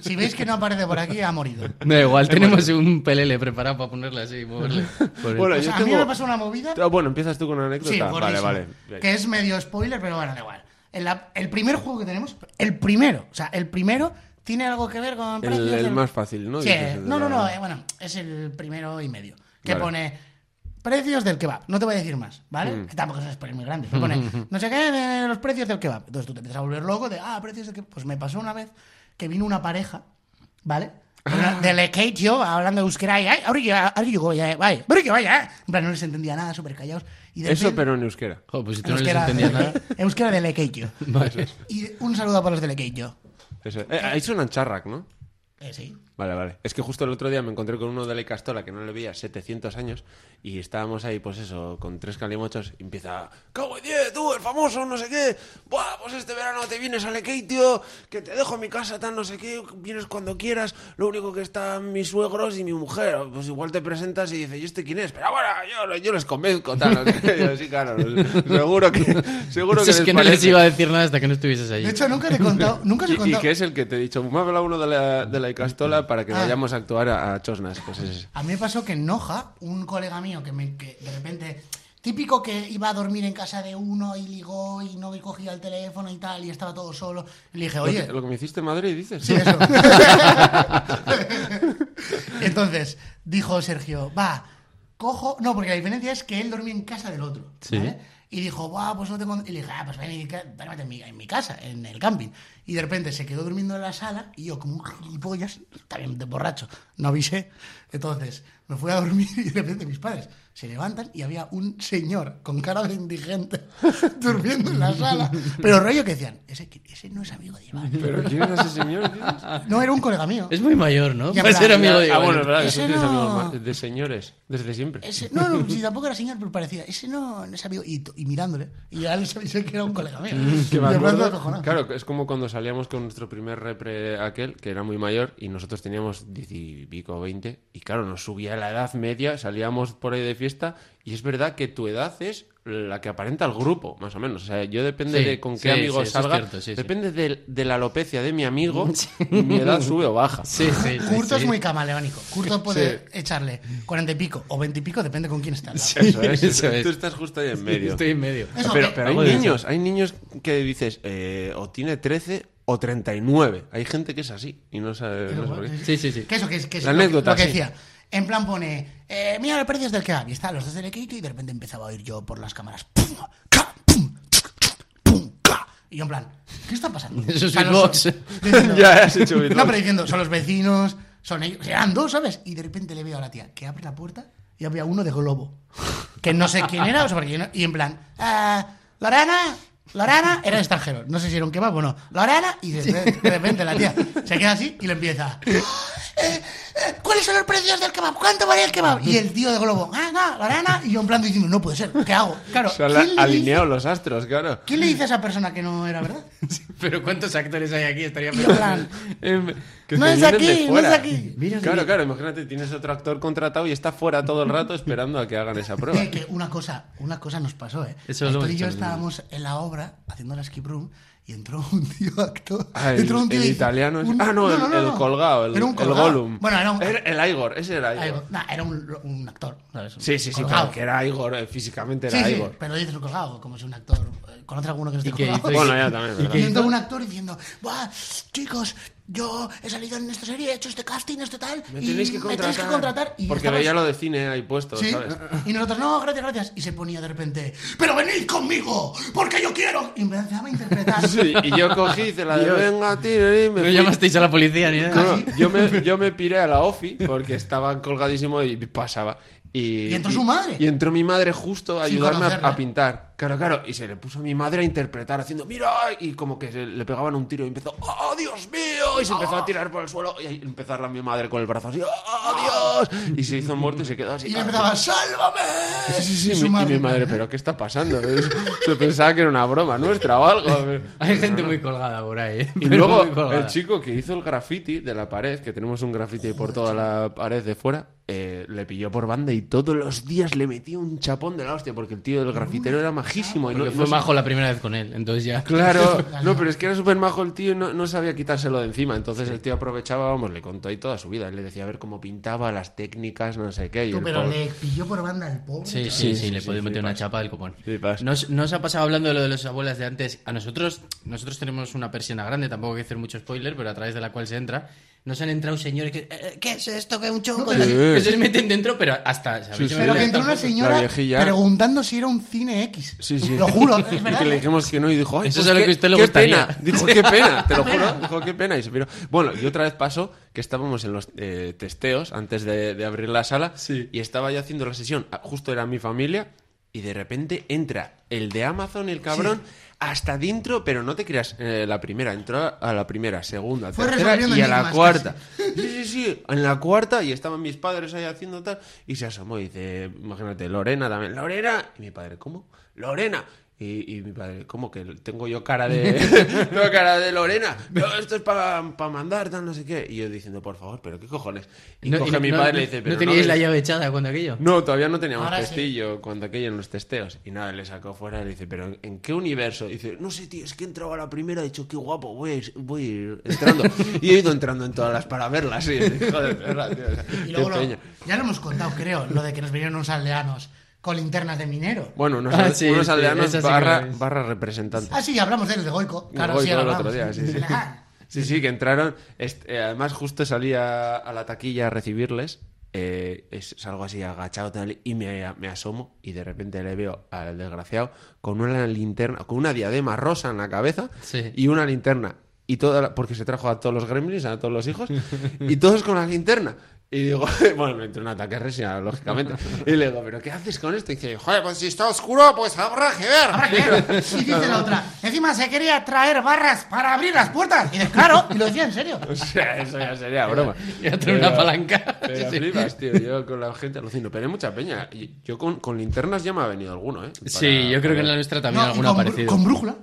Speaker 4: si veis que no aparece por aquí, ha morido.
Speaker 6: Da igual, tenemos un pelele preparado para ponerle así y moverle. por el-
Speaker 5: eh, Bueno,
Speaker 4: O
Speaker 5: yo
Speaker 4: sea, a mí
Speaker 5: tengo-
Speaker 4: me pasó una movida.
Speaker 5: Ah, Bueno, empiezas tú con una anécdota.
Speaker 4: Sí,
Speaker 5: vale,
Speaker 4: gordísimo.
Speaker 5: vale.
Speaker 4: Que es medio spoiler, pero bueno, da igual. El, la- el primer juego que tenemos, el primero, o sea, el primero tiene algo que ver con
Speaker 5: El-
Speaker 4: precios
Speaker 5: el
Speaker 4: del-
Speaker 5: más fácil, ¿no?
Speaker 4: Sí,
Speaker 5: Dices el de
Speaker 4: no, no,
Speaker 5: la-
Speaker 4: no, eh, bueno, es el primero y medio. Que
Speaker 5: Vale.
Speaker 4: pone precios del kebab. No te voy a decir más, ¿vale?
Speaker 5: Mm.
Speaker 4: Que tampoco es un spoiler muy grande. Pero pone, no sé qué, eh, los precios del kebab. Entonces tú te empiezas a volver loco de, ah, precios del kebab. Pues me pasó una vez que vino una pareja, ¿vale? Del Kate yo, hablando de euskera, y ay, ahora yo, ahora yo, vaya, vaya, ahora yo, vaya. eh. En plan, no les entendía nada, súper callados. Y de
Speaker 5: Eso,
Speaker 4: repente-
Speaker 5: pero en euskera.
Speaker 8: Joder, pues si tú
Speaker 4: en
Speaker 8: no les
Speaker 4: euskera-
Speaker 8: entendías nada.
Speaker 4: En euskera del Ekeitio. Y un saludo para los del Ekeitio.
Speaker 5: Eso. Eh, ahí suenan charrac, ¿no?
Speaker 4: Eh, sí.
Speaker 5: Vale, vale. Es que justo el otro día me encontré con uno de la Castola que no le veía 700 años y estábamos ahí, pues eso, con tres calimochos y empieza, ¡Cago en 10, tú, el famoso, no sé qué! ¡Buah, pues este verano te vienes a Lequei, tío! Que te dejo en mi casa, tan no sé qué, vienes cuando quieras, lo único que están mis suegros y mi mujer. Pues igual te presentas y dices, ¿y este quién es? Pero bueno, yo, yo les convenzco, tal, no sé qué. Yo, sí, claro, seguro que... Seguro
Speaker 8: Eso Pues
Speaker 5: que
Speaker 8: es
Speaker 5: les
Speaker 8: que no les
Speaker 5: parece".
Speaker 8: iba a decir nada hasta que no estuvieses allí.
Speaker 4: De hecho, nunca le he contado. Nunca os he
Speaker 5: Y, y
Speaker 4: contado.
Speaker 5: que es el que te he dicho, me ha hablado uno de la, de la Icastola para que
Speaker 4: Ah.
Speaker 5: vayamos a actuar a, a Chosnas. Pues es ese.
Speaker 4: A mí me pasó que en Noja, un colega mío que, me, que de repente, típico que iba a dormir en casa de uno y ligó y no cogía el teléfono y tal, y estaba todo solo. Le dije,
Speaker 5: Lo,
Speaker 4: oye.
Speaker 5: que, lo que me hiciste en Madrid, dices.
Speaker 4: Sí, eso. Entonces, dijo Sergio, va, cojo. No, porque la diferencia es que él dormía en casa del otro. ¿vale? Y dijo, va, pues no tengo. Y le dije, ah, pues ven y ca- duérmete en mi, en mi casa, en el camping. Y de repente se quedó durmiendo en la sala y yo, como un gilipollas, también de borracho, no avisé. Entonces, me fui a dormir y de repente mis padres se levantan y había un señor con cara de indigente durmiendo en la sala. Pero rollo que decían, ese, ese no es amigo de Iván.
Speaker 5: ¿Pero quién es ese señor? dices?
Speaker 4: No, era un colega mío.
Speaker 8: Es muy mayor, ¿no?
Speaker 4: Ya,
Speaker 8: Para
Speaker 4: pero-
Speaker 8: ser amigo de
Speaker 5: ah,
Speaker 8: Iván.
Speaker 5: bueno, es verdad, que
Speaker 4: Ese
Speaker 5: tú tienes
Speaker 4: no.
Speaker 5: amigos más de señores, desde siempre.
Speaker 4: Ese- no, no, si tampoco era señor, pero parecía. Ese no, no es amigo. Y, to- y mirándole. Y ya les avisé que era un colega mío.
Speaker 5: Que
Speaker 4: Y
Speaker 5: me
Speaker 4: hablando
Speaker 5: acuerdo-
Speaker 4: acojonado.
Speaker 5: Mm, claro, es como cuando salíamos con nuestro primer repre aquel, que era muy mayor, y nosotros teníamos diez y pico, veinte, y claro, nos subía la edad media, salíamos por ahí de fiesta, y es verdad que tu edad es la que aparenta al grupo, más o menos. O sea, yo depende
Speaker 8: Sí,
Speaker 5: de con
Speaker 8: sí,
Speaker 5: qué
Speaker 8: sí, eso
Speaker 5: amigo
Speaker 8: es
Speaker 5: salga,
Speaker 8: cierto, sí, sí.
Speaker 5: depende del- De, la alopecia de mi amigo, mi edad sube o baja.
Speaker 8: Sí, sí, sí.
Speaker 4: Curto
Speaker 8: sí.
Speaker 4: es muy camaleónico. Curto puede echarle cuarenta y pico o veinte y pico, depende con quién está. al lado.
Speaker 5: Eso es,
Speaker 8: Eso
Speaker 5: eso es.
Speaker 8: es.
Speaker 5: Tú estás justo ahí en medio.
Speaker 8: Estoy en medio.
Speaker 4: Eso, eh,
Speaker 5: pero
Speaker 4: que-
Speaker 5: pero hay
Speaker 8: algo de eso.
Speaker 5: niños, hay niños que dices, eh, o tiene 13 o 39. Hay gente que es así y no sabe. no sabe por qué.
Speaker 8: Sí, sí, sí.
Speaker 4: Que eso, que es, que es
Speaker 5: La
Speaker 4: lo,
Speaker 5: anécdota,
Speaker 4: lo que
Speaker 5: sí.
Speaker 4: decía. En plan pone, eh, mira los precios del kebab. Y está los dos del Equito y de repente empezaba a oír yo por las cámaras. ¡Pum! ¡Ca! ¡Pum! ¡Chuc! ¡Chuc! ¡Pum! ¡Ca! Y yo en plan, ¿qué está pasando?
Speaker 8: Eso es
Speaker 4: O sea,
Speaker 8: beatbox.
Speaker 4: no son- diciendo-
Speaker 5: Ya has hecho beatbox.
Speaker 4: No, pero diciendo, son los vecinos, son ellos, eran dos, ¿sabes? Y de repente le veo a la tía que abre la puerta y había uno de globo. Que no sé quién era, o sea, porque yo no- y en plan, ah, Lorana, Lorana, era extranjero, no sé si era un kebab o no. Lorana, y de, de repente la tía se queda así y le empieza. "Eh, eh, ¿Cuáles son los precios del kebab? ¿Cuánto vale el kebab? Y el tío de globo, ah, no, Lorana, y yo en plan diciendo, no puede ser, ¿qué hago? Claro,
Speaker 5: Se han la-
Speaker 4: ¿quién le dice-
Speaker 5: alineado los astros, claro.
Speaker 4: ¿quién le dice a esa persona que no era verdad?
Speaker 8: Pero ¿cuántos actores hay aquí? Estaría
Speaker 4: Y en plan,
Speaker 5: Em, que
Speaker 4: No
Speaker 5: te
Speaker 4: es
Speaker 5: vienen
Speaker 4: aquí,
Speaker 5: de
Speaker 4: no es
Speaker 5: fuera.
Speaker 4: aquí. Mira,
Speaker 5: claro, claro, imagínate, tienes otro actor contratado y está fuera todo el rato esperando a que hagan esa prueba.
Speaker 4: Eh, que una cosa, una cosa nos pasó, ¿eh?
Speaker 8: Eso lo
Speaker 4: Aitor
Speaker 8: hemos
Speaker 4: y yo
Speaker 8: hecho,
Speaker 4: estábamos en la obra haciendo la skip room y entró un tío actor.
Speaker 5: Ah, el,
Speaker 4: entró un tío
Speaker 5: el
Speaker 4: y-
Speaker 5: italiano. es-
Speaker 4: un-
Speaker 5: ah, no, el, el colgado, el,
Speaker 4: Era un
Speaker 5: el
Speaker 4: colgado.
Speaker 5: Gollum.
Speaker 4: Bueno, era un.
Speaker 5: Era- el Igor, ese era Igor.
Speaker 4: algo- nah, era un, un actor, ¿sabes?
Speaker 5: Sí, sí, sí,
Speaker 4: Colgado.
Speaker 5: claro, que era Igor, eh, físicamente
Speaker 4: Sí,
Speaker 5: era
Speaker 4: sí,
Speaker 5: Igor.
Speaker 4: pero dices un colgado, como si un actor. eh, ¿Conoce alguno que no esté
Speaker 8: ¿Y qué
Speaker 4: colgado?
Speaker 8: hizo?
Speaker 5: Bueno, ya también, ¿verdad?
Speaker 4: Y entró un actor diciendo, Buah, chicos, yo he salido en esta serie, he hecho este casting, este tal,
Speaker 5: Me
Speaker 4: y
Speaker 5: tenéis que
Speaker 4: me
Speaker 5: contratar.
Speaker 4: tenéis que contratar. Y
Speaker 5: Porque
Speaker 4: estabas-
Speaker 5: veía lo de cine ahí puesto,
Speaker 4: Sí.
Speaker 5: ¿sabes?
Speaker 4: Y nosotros, no, gracias, gracias. Y se ponía de repente, pero venid conmigo, porque yo quiero. Y empezaba a interpretar.
Speaker 5: Sí, y yo cogí y hice la de venga, tío, y me
Speaker 8: No
Speaker 5: fui.
Speaker 8: llamasteis a la policía ni nada.
Speaker 5: No, yo, me, yo me piré a la ofi porque estaban colgadísimo y pasaba. Y,
Speaker 4: Y entró su madre.
Speaker 5: Y entró mi madre justo a
Speaker 4: Sin
Speaker 5: ayudarme a- a,
Speaker 4: conocerla.
Speaker 5: pintar. Claro, claro. Y se le puso a mi madre a interpretar haciendo, mira, y como que se le pegaban un tiro y empezó, oh, Dios mío, y se empezó a tirar por el suelo y ahí empezó a darle a mi madre con el brazo así, oh, Dios. Y se hizo muerto y se quedó así.
Speaker 4: Y le empezaba, ¡sálvame!
Speaker 5: Sí, sí,
Speaker 4: Y
Speaker 5: sí, mi-
Speaker 4: su
Speaker 5: y mi,
Speaker 4: madre,
Speaker 5: madre, pero ¿qué está pasando? Se pensaba que era una broma nuestra o algo. pero-
Speaker 8: Hay gente muy colgada por ahí. ¿eh?
Speaker 5: Y
Speaker 8: Pero muy
Speaker 5: luego
Speaker 8: colgada.
Speaker 5: el chico que hizo el graffiti de la pared, que tenemos un graffiti por toda la pared de fuera, eh, le pilló por banda y todos los días le metía un chapón de la hostia, porque el tío del grafitero era majísimo. Y no,
Speaker 8: Porque
Speaker 5: no
Speaker 8: fue
Speaker 5: se-
Speaker 8: majo la primera vez con él, entonces ya.
Speaker 5: Claro, no, pero es que era súper majo el tío y no, no sabía quitárselo de encima. Entonces el tío aprovechaba, vamos, le contó ahí toda su vida. Él le decía a ver cómo pintaba, las técnicas, no sé qué. Y
Speaker 4: Tú,
Speaker 5: el
Speaker 4: pero
Speaker 5: pobre-
Speaker 4: le pilló por banda el pobre.
Speaker 8: Sí, sí,
Speaker 5: Sí,
Speaker 8: sí,
Speaker 5: sí,
Speaker 8: le
Speaker 5: sí,
Speaker 8: podéis meter
Speaker 5: flipas.
Speaker 8: una chapa del copón.
Speaker 5: Flipas.
Speaker 8: Nos, nos ha pasado hablando de lo de las abuelas de antes. A nosotros, nosotros tenemos una persiana grande, tampoco hay que hacer mucho spoiler, pero a través de la cual se entra.
Speaker 6: Nos han entrado señores que. eh, ¿Qué es esto? que es un chongo?
Speaker 8: Que se meten dentro, pero hasta. ¿sabéis?
Speaker 5: Sí,
Speaker 8: No me
Speaker 4: Pero que
Speaker 8: ven
Speaker 4: entró una
Speaker 8: tampoco.
Speaker 4: señora
Speaker 5: La viejilla.
Speaker 4: preguntando si era un cine X.
Speaker 5: Sí, sí.
Speaker 4: Lo juro, es
Speaker 5: Y
Speaker 4: verdad. ¿eh?
Speaker 5: que le dijimos que no y dijo, ay,
Speaker 8: Eso
Speaker 5: pues
Speaker 8: es a lo
Speaker 5: qué-
Speaker 8: que a usted le
Speaker 5: qué
Speaker 8: gustaría.
Speaker 5: pena. Dijo, qué pena, te lo juro. Dijo, qué pena. Y se piró. Bueno, y otra vez pasó que estábamos en los eh, testeos antes de, de abrir la sala
Speaker 8: Sí.
Speaker 5: y estaba yo haciendo la sesión. Ah, Justo era mi familia y de repente entra el de Amazon, el cabrón, hasta dentro, pero no te creas, eh, la primera. Entró a la primera, segunda,
Speaker 4: Fue
Speaker 5: tercera
Speaker 4: resolviendo
Speaker 5: y a la
Speaker 4: enigmas,
Speaker 5: cuarta. Sí, sí, sí, en la cuarta y estaban mis padres ahí haciendo tal y se asomó y dice, imagínate, Lorena también, Lorena, y mi padre, ¿cómo? Lorena. Y, y mi padre, ¿cómo que tengo yo cara de tengo cara de Lorena? No, esto es para mandar, tal, no sé qué. Y yo diciendo, por favor, pero qué cojones. Y
Speaker 6: No-
Speaker 5: coge a mi
Speaker 6: no-
Speaker 5: padre y le dice,
Speaker 6: ¿No
Speaker 5: pero no
Speaker 6: teníais la
Speaker 5: ves-
Speaker 6: llave echada cuando aquello?
Speaker 5: no, todavía no teníamos
Speaker 4: Ahora sí.
Speaker 5: pestillo cuando aquello en los testeos. Y nada, le sacó fuera y le dice, ¿pero en qué universo? Y dice, no sé, tío, es que he entrado a la primera y he dicho, qué guapo, voy a ir, voy a ir entrando. y he ido entrando en todas las para verlas. Y dice, joder, perra, tío. o sea,
Speaker 4: Y
Speaker 5: qué
Speaker 4: luego lo-
Speaker 5: peña.
Speaker 4: ya lo hemos contado, creo, lo de que nos vinieron unos aldeanos con linternas de minero.
Speaker 5: Bueno, unos,
Speaker 6: Ah,
Speaker 5: al-
Speaker 6: sí,
Speaker 5: unos
Speaker 6: sí,
Speaker 5: aldeanos
Speaker 6: esa sí que la
Speaker 5: barra,
Speaker 6: ves.
Speaker 5: barra representantes.
Speaker 4: Ah, sí, hablamos de él, de Goico. Claro,
Speaker 5: Hoy,
Speaker 4: sí,
Speaker 5: todo el
Speaker 4: hablamos.
Speaker 5: otro día, sí, sí.
Speaker 4: Ajá.
Speaker 5: Sí, sí, que entraron. Este, eh, además, justo salía a la taquilla a recibirles. eh, es, salgo así agachado tal, y me, me asomo y de repente le veo al desgraciado con una linterna, con una diadema rosa en la cabeza
Speaker 6: Sí.
Speaker 5: y una linterna. Y toda la- porque se trajo a todos los gremlins, a todos los hijos, y todos con la linterna. Y digo, bueno, me entró un ataque resia, lógicamente. Y le digo, ¿pero qué haces con esto? Y dice, joder, pues si está oscuro, pues habrá que ver.
Speaker 4: Habrá que ver. Y dice la otra, encima se quería traer barras para abrir las puertas. Y dices, claro, y lo decía en serio.
Speaker 5: O sea, eso ya sería broma.
Speaker 6: Ya trae una
Speaker 5: Pero-
Speaker 6: palanca.
Speaker 5: Pero
Speaker 6: Sí.
Speaker 5: flipas, tío. Yo con la gente alucino. Pero hay mucha peña. Y Yo con, con linternas ya me ha venido alguno, ¿eh? Para-
Speaker 6: Sí, yo creo que en la
Speaker 5: para-
Speaker 6: nuestra también
Speaker 4: No, y
Speaker 6: alguna ha
Speaker 4: con, bru-
Speaker 6: aparecido.
Speaker 4: con brújula.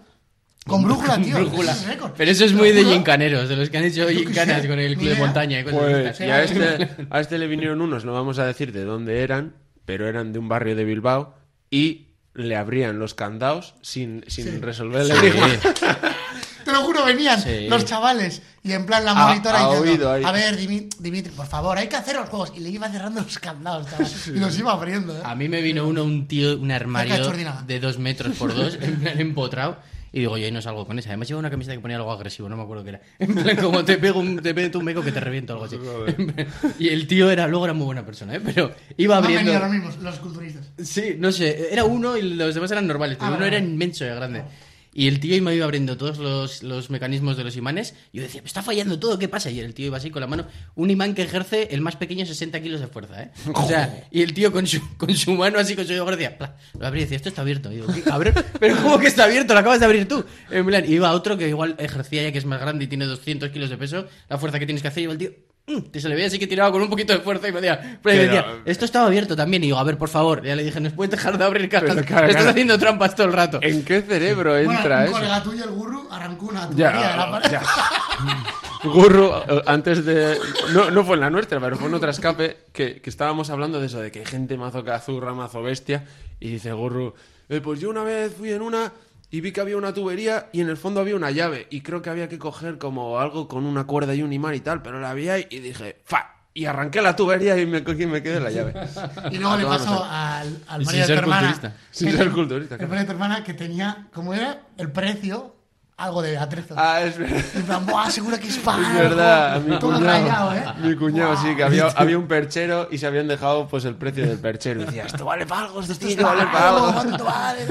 Speaker 4: Con brújula, tío.
Speaker 6: brújula.
Speaker 4: Ese es récord.
Speaker 6: Pero eso es
Speaker 4: Te
Speaker 6: muy
Speaker 4: lo
Speaker 6: de
Speaker 4: juro.
Speaker 6: gincaneros, de los que han hecho
Speaker 4: qué
Speaker 6: gincanas
Speaker 4: sé,
Speaker 6: con el
Speaker 4: ni
Speaker 6: club de
Speaker 4: idea.
Speaker 6: montaña y cosas de
Speaker 5: Pues,
Speaker 6: estas.
Speaker 5: y a este, a este le vinieron unos, no vamos a decir de dónde eran, pero eran de un barrio de Bilbao y le abrían los candados sin, sin resolver el enigma.
Speaker 4: Te lo juro, venían
Speaker 6: Sí. Ah,
Speaker 4: los chavales y en plan la
Speaker 5: A-
Speaker 4: monitora
Speaker 5: a
Speaker 4: diciendo,
Speaker 5: oído ahí.
Speaker 4: a ver, Dimi- Dimitri, por favor, hay que hacer los juegos. Y le iba cerrando los candados, chaval. Y los iba abriendo, ¿eh?
Speaker 6: A mí me vino uno, un tío, un armario
Speaker 4: chordina.
Speaker 6: de dos metros por dos, en plan empotrado. Y digo, yo ahí no salgo con esa. Además lleva una camiseta que ponía algo agresivo, no me acuerdo qué era. En plan, como te pego un, te pego un beco que te reviento algo así. Y el tío era, luego era muy buena persona, ¿eh? Pero iba
Speaker 4: No han
Speaker 6: abriendo...
Speaker 4: venido ahora mismo los culturistas.
Speaker 6: Sí, no sé, era uno y los demás eran normales, pero
Speaker 4: Ah,
Speaker 6: uno
Speaker 4: vale.
Speaker 6: era inmenso y grande. Y el tío me iba abriendo todos los, los mecanismos de los imanes. Y yo decía, me está fallando todo, ¿qué pasa? Y el tío iba así con la mano. Un imán que ejerce el más pequeño 60 kilos de fuerza, ¿eh? O sea, y el tío con su, con su mano así, con su gracia, pla, lo abría y decía, esto está abierto. Y digo, ¿qué cabrón? ¿Pero cómo que está abierto? Lo acabas de abrir tú. En plan, y iba otro que igual ejercía ya que es más grande y tiene 200 kilos de peso. La fuerza que tienes que hacer, y iba el tío. mm, Que se le veía así que tiraba con un poquito de fuerza y me decía, pero,
Speaker 5: Pero-
Speaker 6: decía, esto estaba abierto también. Y digo, a ver, por favor. Ya le dije, nos puedes dejar de abrir cajas.
Speaker 5: Pero, claro,
Speaker 6: Estás
Speaker 5: claro. Eh,
Speaker 6: haciendo trampas todo el rato.
Speaker 5: ¿En qué cerebro
Speaker 4: Bueno,
Speaker 5: entra
Speaker 4: un
Speaker 5: eso?
Speaker 4: colega tuyo, el gurru, arrancó una tubería de la
Speaker 5: Ya,
Speaker 4: pared.
Speaker 5: ya. Gurru, eh, antes de. No, no fue en la nuestra, pero fue en otra escape que, que estábamos hablando de eso, de que hay gente mazo cazurra, mazo bestia. Y dice Gurru, "Eh, pues yo una vez fui en una y vi que había una tubería y en el fondo había una llave. Y creo que había que coger como algo con una cuerda y un imán y tal, pero la vi ahí y dije, ¡fa! Y arranqué la tubería y me, co- y me quedé la llave.
Speaker 4: Y luego
Speaker 5: A
Speaker 4: le
Speaker 5: tomar
Speaker 4: pasó
Speaker 5: por saco.
Speaker 4: al, al
Speaker 6: Y sin
Speaker 4: marido de tu
Speaker 6: ser
Speaker 4: hermana.
Speaker 6: culturista.
Speaker 5: Sin
Speaker 4: que-
Speaker 5: ser culturista,
Speaker 4: El
Speaker 5: claro.
Speaker 4: marido de tu hermana que tenía, como era, el precio, algo de atrezo.
Speaker 5: Ah, es verdad.
Speaker 4: En plan, ¡buah, seguro que es para
Speaker 5: Es verdad,
Speaker 4: algo".
Speaker 5: mi
Speaker 4: Todo
Speaker 5: cuñado,
Speaker 4: rayado, ¿eh?
Speaker 5: mi cuñado
Speaker 4: Buah.
Speaker 5: sí, que había, había un perchero y se habían dejado pues el precio del perchero. Y decía, esto vale para algo, esto tiene que valer para algo.
Speaker 4: ¿Cuánto vale?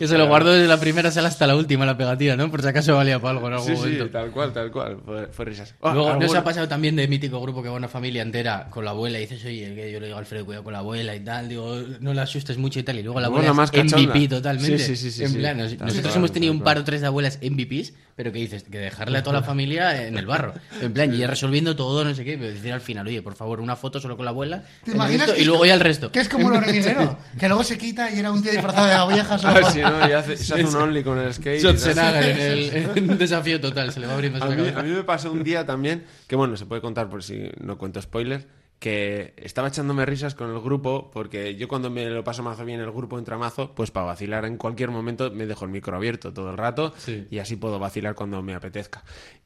Speaker 6: Que se lo guardó desde la primera sala hasta la última, la pegatina, ¿no? Por si acaso valía para algo en algún
Speaker 5: Sí,
Speaker 6: momento.
Speaker 5: sí, tal cual, tal cual. Fue, fue risas. Ah,
Speaker 6: Luego, ¿no
Speaker 5: alguno-
Speaker 6: se ha pasado también de mítico grupo que va una familia entera con la abuela y dices, oye, que yo le digo a Alfredo, cuidado con la abuela y tal, digo, no la asustes mucho y tal, y luego la
Speaker 5: Luego
Speaker 6: abuela
Speaker 5: la más
Speaker 6: es
Speaker 5: cachonda.
Speaker 6: MVP totalmente.
Speaker 5: Sí, sí, sí, sí,
Speaker 6: en
Speaker 5: sí.
Speaker 6: plan, nos-
Speaker 5: Tal
Speaker 6: nosotros
Speaker 5: cual,
Speaker 6: hemos tenido
Speaker 5: tal
Speaker 6: un par
Speaker 5: cual.
Speaker 6: o tres de abuelas MVPs, pero que dices, que dejarle a toda la familia en el barro. En plan, y ya resolviendo todo, no sé qué, pero decir al final, oye, por favor, una foto solo con la abuela,
Speaker 4: ¿Te
Speaker 6: en
Speaker 4: imaginas?
Speaker 6: esto,
Speaker 4: que
Speaker 6: y
Speaker 4: es
Speaker 6: luego
Speaker 4: como-
Speaker 6: ya el resto.
Speaker 4: Que es como un hormiguero, que luego se quita y era un tío disfrazado de abeja.
Speaker 5: Ah,
Speaker 4: solo-
Speaker 5: sí, ¿no? Y hace- se hace un only con el skate. y tal.
Speaker 6: Schwarzenegger en el en un desafío total, se le va abriendo
Speaker 5: A
Speaker 6: la
Speaker 5: mí, a
Speaker 6: cabeza.
Speaker 5: mí me pasó un día también, que bueno, se puede contar por si no cuento spoilers, que estaba echándome risas con el grupo, porque yo cuando me lo paso mazo bien el grupo entra mazo, pues para vacilar en cualquier momento me dejo el micro abierto todo el rato
Speaker 6: Sí.
Speaker 5: y así puedo vacilar cuando me apetezca.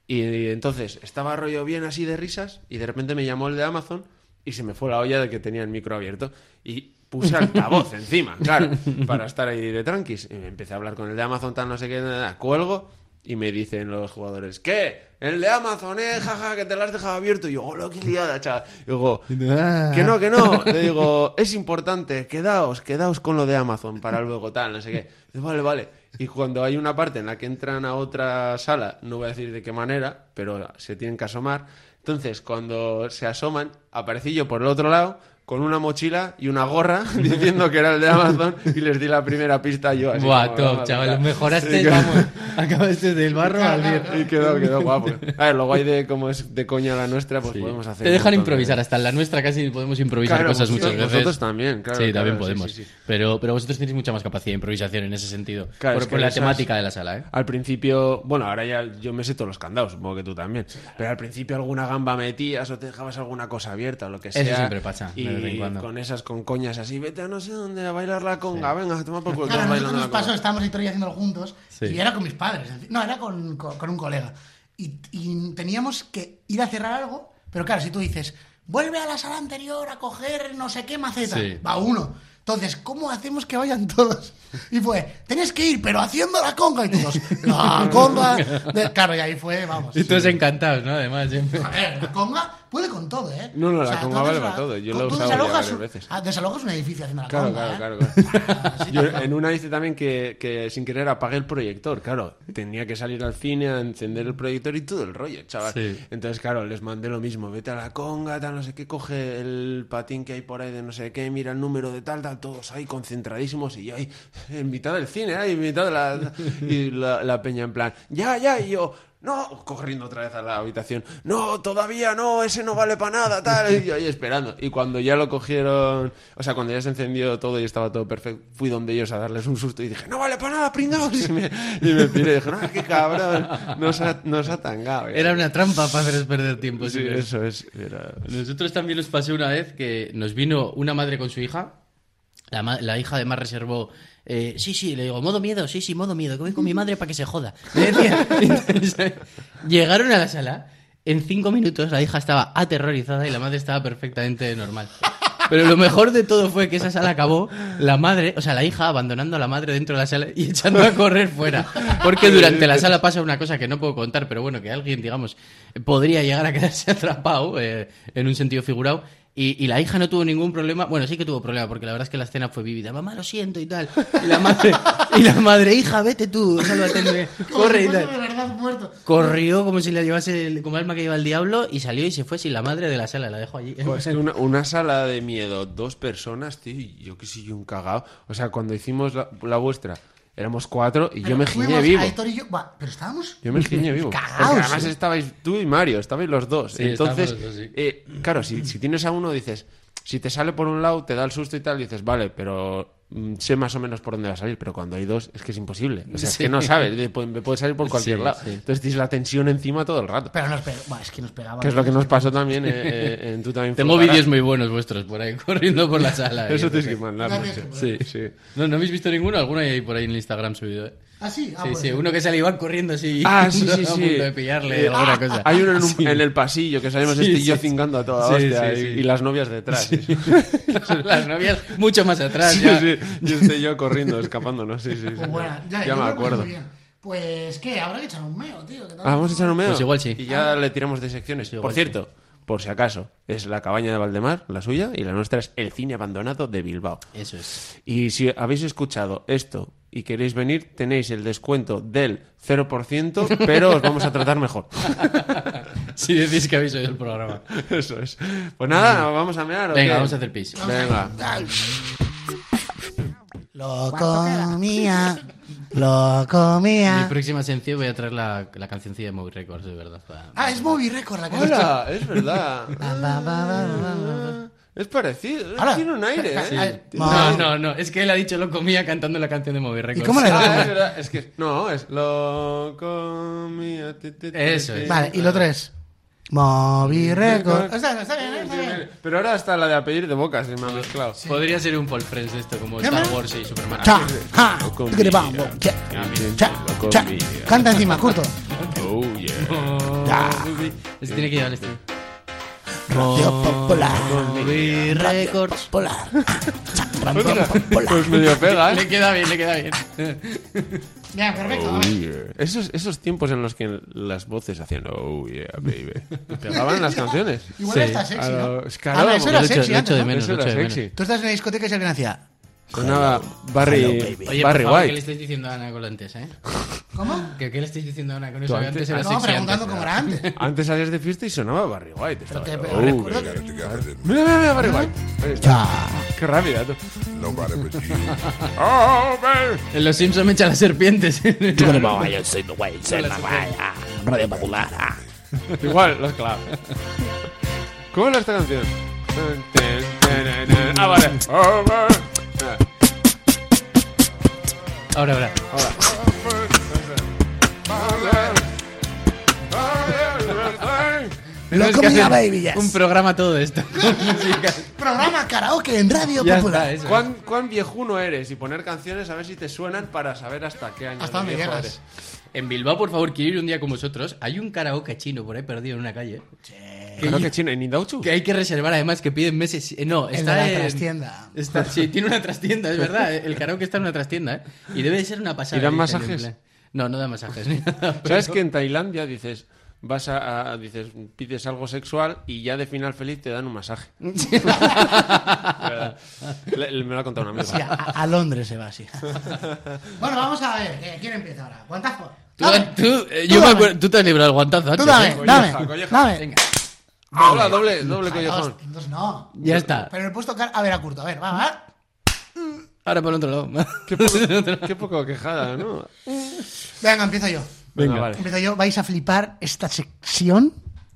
Speaker 5: Y, entonces estaba rollo bien así de risas y de repente me llamó el de Amazon y se me fue la olla de que tenía el micro abierto y puse altavoz encima, claro, para estar ahí de tranquis. Y me empecé a hablar con el de Amazon, tal, no sé qué, nada, cuelgo Y me dicen los jugadores, ¿qué? El de Amazon, eh, jaja, que te lo has dejado abierto. Y yo, hola, qué liada, chaval. Y digo, que no, que no. Le digo, es importante, quedaos, quedaos con lo de Amazon para luego tal, no sé qué. Dice, vale, vale. Y cuando hay una parte en la que entran a otra sala, no voy a decir de qué manera, pero se tienen que asomar. Entonces, cuando se asoman, aparecí yo por el otro lado con una mochila y una gorra diciendo que era el de Amazon y les di la primera pista yo. Así
Speaker 6: Buah,
Speaker 5: como,
Speaker 6: top,
Speaker 5: "Vamos,
Speaker 6: chaval.
Speaker 5: venga".
Speaker 6: Mejoraste,
Speaker 5: Sí, que-
Speaker 6: vamos. Acabaste del barro al bien.
Speaker 5: y quedó, quedó guapo. A ver, luego hay de como es de coña la nuestra, pues podemos hacer.
Speaker 6: Te
Speaker 5: un
Speaker 6: dejan
Speaker 5: montón de-
Speaker 6: improvisar, hasta en la nuestra casi podemos improvisar
Speaker 5: Claro,
Speaker 6: cosas
Speaker 5: vosotros-
Speaker 6: muchas veces.
Speaker 5: vosotros también, claro,
Speaker 6: Sí,
Speaker 5: claro,
Speaker 6: también
Speaker 5: sí,
Speaker 6: podemos.
Speaker 5: sí, sí.
Speaker 6: Pero, pero vosotros tenéis mucha más capacidad de improvisación en ese sentido.
Speaker 5: Claro,
Speaker 6: por
Speaker 5: es que
Speaker 6: por la
Speaker 5: esas-
Speaker 6: temática de la sala, ¿eh?
Speaker 5: Al principio, bueno, ahora ya yo me sé todos los candados, supongo que tú también. Pero al principio alguna gamba metías o te dejabas alguna cosa abierta o lo que
Speaker 6: Eso
Speaker 5: sea.
Speaker 6: siempre pasa, de
Speaker 5: Y
Speaker 6: vez en cuando.
Speaker 5: con esas con coñas así, vete a no sé dónde a bailar la conga, venga, toma por culo.
Speaker 4: Claro, nosotros
Speaker 5: todos Pues bailando
Speaker 4: nos
Speaker 5: la conga.
Speaker 4: pasó, estábamos y Tori haciéndolo juntos,
Speaker 6: Sí.
Speaker 4: y era con mis padres. en fin- No, era con, con- con un colega. Y, y teníamos que ir a cerrar algo, pero claro, si tú dices, vuelve a la sala anterior a coger no sé qué maceta,
Speaker 6: Sí.
Speaker 4: va uno. Entonces, ¿cómo hacemos que vayan todos? Y fue, tenés que ir, pero haciendo la conga. Y todos, la conga. de-". Claro, y ahí fue, vamos.
Speaker 6: Y todos encantados, ¿no? Además, siempre.
Speaker 4: A ver, la conga puede con todo, ¿eh?
Speaker 5: No, no, la
Speaker 4: tú
Speaker 5: conga
Speaker 4: haces
Speaker 5: vale para todo. Yo la he
Speaker 4: tú
Speaker 5: usado ya
Speaker 4: desalojas
Speaker 5: varias
Speaker 4: un-
Speaker 5: veces.
Speaker 4: ah, Desalojas un edificio haciendo la
Speaker 5: Claro,
Speaker 4: conga. ¿eh?
Speaker 5: claro, claro.
Speaker 4: Así
Speaker 5: Yo en una hice también que, que sin querer apagué el proyector, claro. Tenía que salir al cine a encender el proyector y todo el rollo, chaval.
Speaker 6: Sí.
Speaker 5: Entonces, claro, les mandé lo mismo. Vete a la conga, tal, no sé qué, coge el patín que hay por ahí de no sé qué, mira el número de tal, tal, todos ahí concentradísimos y yo ahí en mitad del cine, ahí en mitad de la... Y la, la peña en plan, ya, ya, y yo... No, corriendo otra vez a la habitación. No, todavía no, ese no vale para nada, tal. Y yo ahí esperando. Y cuando ya lo cogieron, o sea, cuando ya se encendió todo y estaba todo perfecto, fui donde ellos a darles un susto y dije, no vale para nada, pringados. Y me, y me piré y dije, no, qué cabrón, nos ha, nos ha tangado.
Speaker 6: Era una trampa para haceros perder tiempo.
Speaker 5: Sí,
Speaker 6: siempre.
Speaker 5: eso es. Era...
Speaker 6: Nosotros también nos pasó una vez que nos vino una madre con su hija. La, ma- la hija además reservó. eh, sí, sí, le digo, modo miedo, sí, sí, modo miedo, que voy con mi madre para que se joda. Le decía. Entonces, llegaron a la sala, en cinco minutos la hija estaba aterrorizada y la madre estaba perfectamente normal. Pero lo mejor de todo fue que esa sala acabó la madre, o sea, la hija abandonando a la madre dentro de la sala y echando a correr fuera. Porque durante la sala pasa una cosa que no puedo contar, pero bueno, que alguien, digamos, podría llegar a quedarse atrapado eh, en un sentido figurado. Y, y la hija no tuvo ningún problema. Bueno, sí que tuvo problema, porque la verdad es que la escena fue vívida. Mamá, lo siento y tal. Y la madre, y la madre hija, vete tú, sálvate, corre y
Speaker 4: Como si
Speaker 6: tal.
Speaker 4: fuese de verdad muerto.
Speaker 6: Corrió como si la llevase el- como alma que lleva el diablo y salió y se fue sin la madre de la sala, la dejó allí.
Speaker 5: Joder, es que Pues una, una sala de miedo, dos personas, tío, y yo que sé, yo un cagao. O sea, cuando hicimos la, la vuestra, éramos cuatro y yo
Speaker 4: Pero
Speaker 5: me giñé
Speaker 4: fuimos
Speaker 5: vivo.
Speaker 4: a Héctor y yo- Buah, pero estábamos.
Speaker 5: Yo me giñé vivo.
Speaker 4: Cagaos,
Speaker 5: Porque además
Speaker 4: eh.
Speaker 5: estabais tú y Mario, estabais los dos.
Speaker 6: Sí,
Speaker 5: Entonces,
Speaker 6: estábamos los dos, sí.
Speaker 5: eh, claro, si, si tienes a uno, dices, si te sale por un lado, te da el susto y tal, dices, vale, pero mm, sé más o menos por dónde va a salir, pero cuando hay dos es que es imposible. O sea, es
Speaker 6: Sí.
Speaker 5: que no sabes, de- pu- me puede salir por cualquier
Speaker 6: Sí,
Speaker 5: lado.
Speaker 6: sí.
Speaker 5: Entonces tienes la tensión encima todo el rato.
Speaker 4: Pero nos pe- Buah, es que nos pegaba.
Speaker 5: Que es lo que nos pasó también eh, eh, en tú también.
Speaker 6: Tengo
Speaker 5: Fliparás.
Speaker 6: vídeos muy buenos vuestros por ahí corriendo por la sala.
Speaker 5: Eso
Speaker 6: Y-
Speaker 5: tienes que mandar.
Speaker 4: No tienes que
Speaker 5: Sí,
Speaker 4: mandar.
Speaker 5: sí.
Speaker 6: No, no habéis visto ninguno, alguno hay por ahí en el Instagram subido. ¿eh?
Speaker 4: Ah, sí, ah,
Speaker 6: sí,
Speaker 4: pues,
Speaker 6: sí, uno que sale y va corriendo así.
Speaker 5: Ah, sí, sí,
Speaker 6: a punto
Speaker 5: sí.
Speaker 6: de pillarle
Speaker 5: Eh,
Speaker 6: o alguna cosa.
Speaker 5: Hay uno en, un- en el pasillo que salimos
Speaker 6: Sí,
Speaker 5: este y yo
Speaker 6: sí, sí.
Speaker 5: cingando a toda
Speaker 6: Sí,
Speaker 5: hostia
Speaker 6: sí,
Speaker 5: y-
Speaker 6: sí.
Speaker 5: y las novias detrás. y eso.
Speaker 6: Las novias mucho más atrás.
Speaker 5: ah. Sí,
Speaker 6: ya.
Speaker 5: sí. Y estoy yo corriendo, escapándonos. Sí, sí, sí.
Speaker 4: Pues buena,
Speaker 5: Ya,
Speaker 4: yo
Speaker 5: me
Speaker 4: creo que
Speaker 5: acuerdo.
Speaker 4: muy bien. Pues que habrá que echar un meo, tío. ¿qué tal?
Speaker 5: Ah, vamos a echar un medio.
Speaker 6: Pues igual sí.
Speaker 5: Y ya le tiramos de secciones.
Speaker 6: igual
Speaker 5: por
Speaker 6: sí.
Speaker 5: cierto, por si acaso, es la cabaña de Valdemar, la suya, y la nuestra es el cine abandonado de Bilbao.
Speaker 6: Eso es.
Speaker 5: Y si habéis escuchado esto y queréis venir, tenéis el descuento del 0%, pero os vamos a tratar mejor.
Speaker 6: Si decís que habéis oído el programa.
Speaker 5: Eso es. Pues nada, vamos a mear. ¿o
Speaker 6: Venga,
Speaker 5: qué?
Speaker 6: vamos a hacer pis.
Speaker 5: Venga.
Speaker 4: Lo comía. Lo comía.
Speaker 6: Mi próxima sencilla voy a traer la, la cancioncilla de Movie Records, de verdad. para-
Speaker 4: Ah, es Movie Record la que
Speaker 5: Hola, es verdad.
Speaker 4: Ba, ba, ba, ba, ba, ba.
Speaker 5: Es parecido.
Speaker 4: Hola.
Speaker 5: Tiene un aire, ¿eh?
Speaker 4: Sí.
Speaker 6: No, no, no. Es que él ha dicho lo comía cantando la canción de Movie Records.
Speaker 4: cómo le-
Speaker 5: Ah, es verdad, es que no, es loco mía. ti, ti, ti,
Speaker 6: Eso
Speaker 5: ti.
Speaker 6: es.
Speaker 4: Vale, y lo tres. Movie Record.
Speaker 5: Record.
Speaker 4: O sea, está bien, ¿eh? está bien.
Speaker 5: Pero ahora hasta la de apellido de boca se me ha mezclado.
Speaker 6: Podría ser un Paul Friends de esto, como
Speaker 4: ¿Qué
Speaker 6: Star
Speaker 4: más?
Speaker 6: Wars y Superman.
Speaker 4: Cha, ja,
Speaker 5: Lo comía.
Speaker 4: tigre, bam, bom, cha, cha, cha. Canta encima, curto.
Speaker 5: Oh, yeah.
Speaker 6: Ese tiene que llevar este.
Speaker 5: Oh.
Speaker 4: Radio Popular.
Speaker 6: Movie
Speaker 4: Radio
Speaker 6: Records.
Speaker 4: Popular.
Speaker 5: Pues medio pega, ¿eh?
Speaker 6: Ah. Le queda bien, le queda bien.
Speaker 4: Mira, perfecto.
Speaker 5: Oh, yeah. esos, esos tiempos en los que las voces hacían Oh yeah, baby Pegaban las canciones
Speaker 4: Igual está sexy, ¿no?
Speaker 5: Ah, claro,
Speaker 4: Ah, no, eso era
Speaker 6: Lo echo-
Speaker 4: sexy
Speaker 6: lo
Speaker 4: antes,
Speaker 6: echo de
Speaker 4: ¿no?
Speaker 6: menos,
Speaker 5: Eso
Speaker 6: lo
Speaker 5: era
Speaker 6: echo de menos.
Speaker 5: sexy
Speaker 4: Tú estás en la discoteca y si alguien hacía.
Speaker 5: Sonaba Barry,
Speaker 6: Oye, por
Speaker 5: Barry
Speaker 6: favor, ¿qué le
Speaker 5: White
Speaker 6: estáis diciendo a Ana con lo antes, eh?
Speaker 4: ¿Cómo?
Speaker 6: ¿Qué, qué le estáis diciendo a Ana con eso?
Speaker 5: antes-
Speaker 6: Antes, antes era
Speaker 5: Ah,
Speaker 4: No,
Speaker 6: sexy
Speaker 4: preguntando
Speaker 6: antes.
Speaker 4: cómo era antes.
Speaker 5: Antes salías de fiesta y sonaba Barry White Estaba-
Speaker 4: que-
Speaker 5: Oh,
Speaker 4: recuerdo
Speaker 5: yeah. Mira, mira, mira, Barry White Ahí está. Qué rápida tú. Oh, baby.
Speaker 6: En los Simpsons me echa las serpientes.
Speaker 1: Ah,
Speaker 5: Igual, las claves. ¿Cómo era esta canción? Ah, vale. Oh, baby. Ah.
Speaker 6: ahora, ahora.
Speaker 4: Lo
Speaker 6: Tenemos que
Speaker 4: comía
Speaker 6: hacer
Speaker 4: Baby Yes.
Speaker 6: Un programa todo esto.
Speaker 4: Programa karaoke en Radio
Speaker 6: ya está,
Speaker 4: Popular.
Speaker 6: eso.
Speaker 5: ¿Cuán, ¿Cuán viejuno eres? Y poner canciones a ver si te suenan para saber hasta qué año
Speaker 4: Hasta
Speaker 5: de
Speaker 4: dónde
Speaker 5: viejo
Speaker 4: llegas.
Speaker 5: eres.
Speaker 6: En Bilbao, por favor, quiero ir un día con vosotros. Hay un karaoke chino por ahí perdido en una calle. Que,
Speaker 5: Creo que chino, en Indauchu.
Speaker 6: que hay que reservar, además, que piden meses. eh, No,
Speaker 4: El
Speaker 6: está
Speaker 4: de la
Speaker 6: en-
Speaker 4: trastienda.
Speaker 6: Está, sí, tiene una trastienda, es verdad. eh, El karaoke está en una trastienda, ¿eh? Y debe de ser una pasada.
Speaker 5: ¿Y dan
Speaker 6: dicen,
Speaker 5: masajes?
Speaker 6: en plan- No, no da masajes. ni nada, pero-
Speaker 5: ¿Sabes que en Tailandia dices, vas a, a- dices, pides algo sexual y ya de final feliz te dan un masaje? ¿Verdad? Le- le- me lo ha contado una
Speaker 4: Sí, a,
Speaker 5: amiga.
Speaker 4: a Londres se va así. bueno, vamos a ver. eh, ¿Quién empieza ahora? ¿Guantazo?
Speaker 6: Tú,
Speaker 4: Dame.
Speaker 6: tú- eh,
Speaker 4: Tú
Speaker 6: yo me
Speaker 4: dame.
Speaker 6: acuerdo- tú te has librado el guantazo
Speaker 4: Tú
Speaker 6: antes,
Speaker 4: dame,
Speaker 6: ¿eh?
Speaker 5: Colleja,
Speaker 4: dame,
Speaker 5: colleja.
Speaker 4: dame.
Speaker 6: Venga,
Speaker 5: Hola, doble, doble
Speaker 4: Ay, dos,
Speaker 5: collejón.
Speaker 4: dos no.
Speaker 6: ya está.
Speaker 4: Pero le he puesto cara. A ver, a Curto, a ver, va, va.
Speaker 6: Ahora por el otro lado.
Speaker 5: Qué poco, qué poco quejada, ¿no?
Speaker 4: Venga, empiezo yo.
Speaker 5: Venga, vale.
Speaker 4: Empiezo yo. Vais a flipar esta sección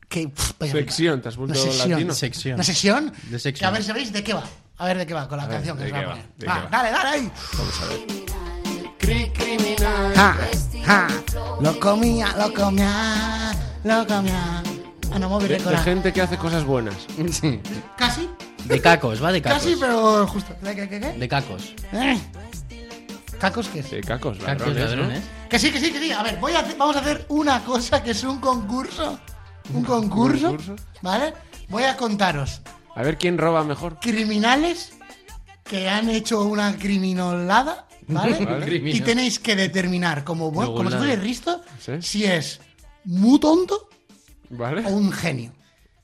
Speaker 4: que. pff, vais a flipar.
Speaker 5: Sección, te has vuelto
Speaker 4: Una sección.
Speaker 5: latino.
Speaker 6: Sección.
Speaker 4: Una sección.
Speaker 6: De sección.
Speaker 4: que a ver si veis de qué va. A ver de qué va con la canción que
Speaker 5: de
Speaker 4: os va a
Speaker 5: qué va,
Speaker 4: poner.
Speaker 5: de
Speaker 4: Va,
Speaker 5: qué va.
Speaker 4: dale, dale ahí.
Speaker 2: Criminal.
Speaker 4: Ja, ja. Lo comía, lo comía, lo comía. Ah, no
Speaker 5: De,
Speaker 4: moveré con
Speaker 5: de
Speaker 4: la
Speaker 5: gente que hace cosas buenas.
Speaker 6: Sí.
Speaker 4: Casi,
Speaker 6: De cacos, va de cacos.
Speaker 4: casi, pero justo. ¿Qué, qué, qué? qué?
Speaker 6: De cacos.
Speaker 4: Eh. ¿Cacos qué es?
Speaker 5: De cacos,
Speaker 6: Cacos,
Speaker 5: ladrones, ¿no?
Speaker 6: ladrones.
Speaker 4: Que sí, que sí, que sí. A ver, voy a hacer- vamos a hacer una cosa que es un concurso. Un concurso.
Speaker 5: concurso?
Speaker 4: ¿Vale? Voy a contaros
Speaker 5: A ver quién roba mejor.
Speaker 4: criminales que han hecho una criminolada, ¿vale?
Speaker 6: Criminal.
Speaker 4: Y tenéis que determinar, como, bueno,
Speaker 6: Luego
Speaker 4: como si
Speaker 6: la-
Speaker 4: fuese Risto,
Speaker 5: Sí.
Speaker 4: si es muy tonto
Speaker 5: ¿Vale?
Speaker 4: o un genio.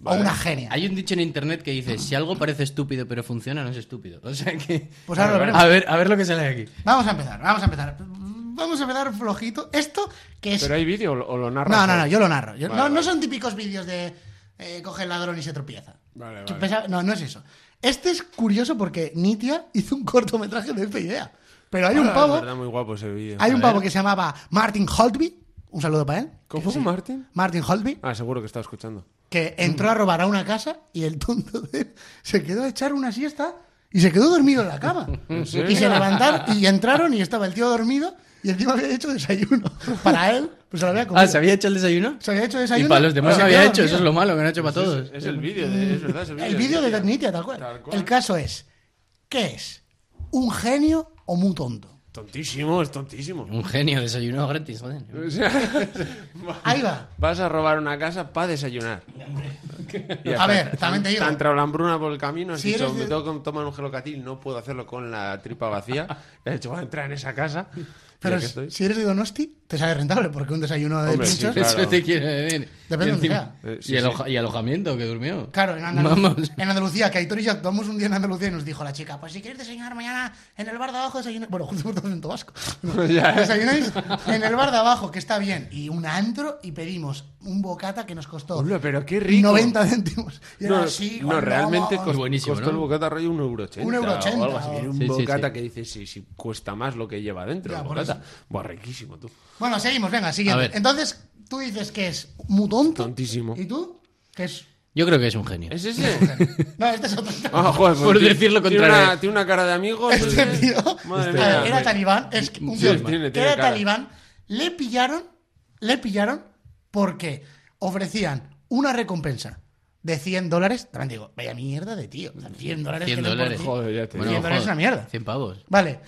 Speaker 4: O una genia.
Speaker 6: Hay un dicho en internet que dice, si algo parece estúpido pero funciona, no es estúpido. O sea que...
Speaker 4: Pues ahora lo veremos.
Speaker 6: A ver, a ver lo que sale de aquí.
Speaker 4: Vamos a empezar, vamos a empezar. Vamos a empezar flojito. Esto que es.
Speaker 5: ¿Pero hay vídeo o, lo- o lo narras?
Speaker 4: No, no, no, yo lo narro. Yo-
Speaker 5: Vale,
Speaker 4: no, no
Speaker 5: vale.
Speaker 4: son típicos vídeos de eh, coge el ladrón y se tropieza.
Speaker 5: Vale,
Speaker 4: Tú
Speaker 5: vale.
Speaker 4: pensabas- no, no es eso. Este es curioso porque Nitia hizo un cortometraje de esta idea. Pero hay un
Speaker 5: Ah, Es
Speaker 4: pavo,
Speaker 5: verdad, muy guapo ese vídeo.
Speaker 4: hay un pavo que se llamaba Martin Holtby. Un saludo para él.
Speaker 5: ¿Cómo fue Martin?
Speaker 4: Martin Holtby,
Speaker 5: Ah, seguro que estaba escuchando.
Speaker 4: que entró a robar a una casa y el tonto de él se quedó a echar una siesta y se quedó dormido en la cama.
Speaker 5: serio?
Speaker 4: Y se levantaron y entraron y estaba el tío dormido y encima había hecho desayuno. Para él, pues se lo había comido.
Speaker 6: Ah, ¿se había hecho el desayuno?
Speaker 4: Se había hecho
Speaker 6: Y
Speaker 4: desayuno.
Speaker 6: para los demás
Speaker 4: se
Speaker 6: no había
Speaker 4: quedó
Speaker 6: hecho, eso
Speaker 4: dormido.
Speaker 6: es lo malo que no ha hecho para todos.
Speaker 5: Es, es el vídeo, de- es verdad, es el vídeo.
Speaker 4: El vídeo de
Speaker 5: Nitia.
Speaker 4: Nitia, tal cual.
Speaker 5: Tal cual.
Speaker 4: El caso es, ¿qué es? ¿Un genio o muy tonto?
Speaker 5: Tontísimo, es tontísimo.
Speaker 6: Un genio desayunó gratis, joder.
Speaker 5: O sea,
Speaker 4: Ahí va.
Speaker 5: Vas a robar una casa para desayunar. Y
Speaker 4: A
Speaker 5: hasta-
Speaker 4: ver, también te digo.
Speaker 5: Te ha entrado la hambruna por el camino, has
Speaker 4: Si
Speaker 5: dicho,
Speaker 4: eres de-
Speaker 5: me tengo que tomar un gelocatil, no puedo hacerlo con la tripa vacía. Le has dicho, voy a entrar en esa casa. y
Speaker 4: Pero
Speaker 5: aquí
Speaker 4: si-
Speaker 5: estoy.
Speaker 4: si eres de Donosti, te sale rentable porque un desayuno de
Speaker 5: Hombre, sí,
Speaker 4: pinchos.
Speaker 5: claro.
Speaker 6: Eso te quiero decir.
Speaker 4: Depende
Speaker 6: y,
Speaker 4: de dónde
Speaker 6: encima-
Speaker 5: sea. Eh, sí,
Speaker 6: y, el
Speaker 5: sí.
Speaker 6: oja- y alojamiento que durmió.
Speaker 4: Claro, en Andalucía,
Speaker 6: Vamos.
Speaker 4: en Andalucía, que Aitor y yo actuamos un día en Andalucía y nos dijo la chica, pues si quieres desayunar mañana en el bar de abajo, desayunáis... Bueno, justo por acento vasco.
Speaker 5: Pues ¿eh?
Speaker 4: desayunáis en el bar de abajo, que está bien, y un antro, y pedimos un bocata que nos costó
Speaker 5: Hola, pero qué rico.
Speaker 4: 90 céntimos. Y era
Speaker 5: No,
Speaker 4: así,
Speaker 5: no,
Speaker 4: con
Speaker 5: realmente
Speaker 4: lomo.
Speaker 5: cos-
Speaker 6: Buenísimo,
Speaker 5: costó
Speaker 6: ¿no?
Speaker 5: el bocata rollo un euro ochenta.
Speaker 4: Un euro ochenta,
Speaker 5: O algo así.
Speaker 4: o-
Speaker 5: Era un
Speaker 6: Sí, sí,
Speaker 5: bocata
Speaker 6: sí.
Speaker 5: que dices, si si cuesta más lo que lleva dentro.
Speaker 4: Ya,
Speaker 5: el
Speaker 4: por
Speaker 5: bocata. Buah, riquísimo, tú.
Speaker 4: Bueno, seguimos, venga, siguiente.
Speaker 6: A ver.
Speaker 4: Entonces, tú dices que es muy tonto.
Speaker 5: Tontísimo.
Speaker 4: ¿Y tú? Que es.
Speaker 6: Yo creo que es un genio.
Speaker 5: ¿Es ese?
Speaker 4: No, este es otro.
Speaker 5: Ah, joder, pues
Speaker 6: Por
Speaker 5: tiene-
Speaker 6: decirlo
Speaker 5: tiene
Speaker 6: contrario.
Speaker 5: una- Tiene una cara de amigo.
Speaker 4: Este
Speaker 5: pues,
Speaker 4: tío.
Speaker 5: Madre
Speaker 4: A ver,
Speaker 5: mía.
Speaker 4: era talibán. Es que un
Speaker 5: Sí,
Speaker 4: tío
Speaker 5: tiene-
Speaker 4: que
Speaker 5: tiene
Speaker 4: era
Speaker 5: cara.
Speaker 4: talibán. Le pillaron. Le pillaron porque ofrecían una recompensa de 100 dólares. También te digo, vaya mierda de tío. O sea, 100 dólares.
Speaker 6: 100
Speaker 4: que te
Speaker 6: dólares.
Speaker 4: por ti.
Speaker 5: Joder, ya te
Speaker 4: Bueno,
Speaker 5: digo.
Speaker 4: pero es una mierda.
Speaker 6: 100 pavos.
Speaker 4: Vale.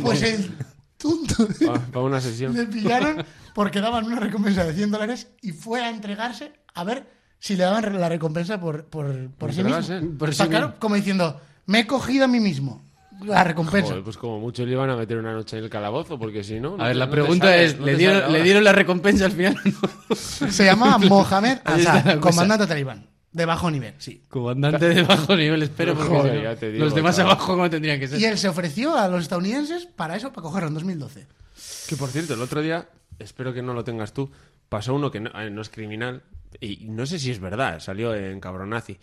Speaker 4: pues el tonto
Speaker 5: Ah, Para una sesión.
Speaker 4: le pillaron porque daban una recompensa de 100 dólares y fue a entregarse a ver si le daban la recompensa por, por, por sí mismo.
Speaker 5: Entregarse.
Speaker 6: Por
Speaker 4: O sea,
Speaker 6: sí
Speaker 4: claro,
Speaker 6: mismo.
Speaker 4: como diciendo, me he cogido a mí mismo la recompensa.
Speaker 5: Joder, pues como mucho le iban a meter una noche en el calabozo, porque si no. no
Speaker 6: A ver,
Speaker 5: te-
Speaker 6: la
Speaker 5: no te
Speaker 6: pregunta
Speaker 5: sale,
Speaker 6: es,
Speaker 5: no
Speaker 6: ¿le,
Speaker 5: te
Speaker 6: dieron,
Speaker 5: sale
Speaker 6: ¿le
Speaker 5: ahora.
Speaker 6: dieron la recompensa al final?
Speaker 4: Se llama Mohamed
Speaker 6: pues. Ahí está la
Speaker 4: Azar,
Speaker 6: cosa.
Speaker 4: comandante talibán. De bajo nivel, sí.
Speaker 6: Comandante de bajo nivel, espero, porque
Speaker 5: Joder,
Speaker 6: si no,
Speaker 5: ya te digo,
Speaker 6: los demás
Speaker 5: chaval.
Speaker 6: abajo como tendrían que ser.
Speaker 4: Y él se ofreció a los estadounidenses para eso, para cogerlo en 2012.
Speaker 5: Que por cierto, el otro día, espero que no lo tengas tú, pasó uno que no, eh, no es criminal, y no sé si es verdad, salió en Cabronazi,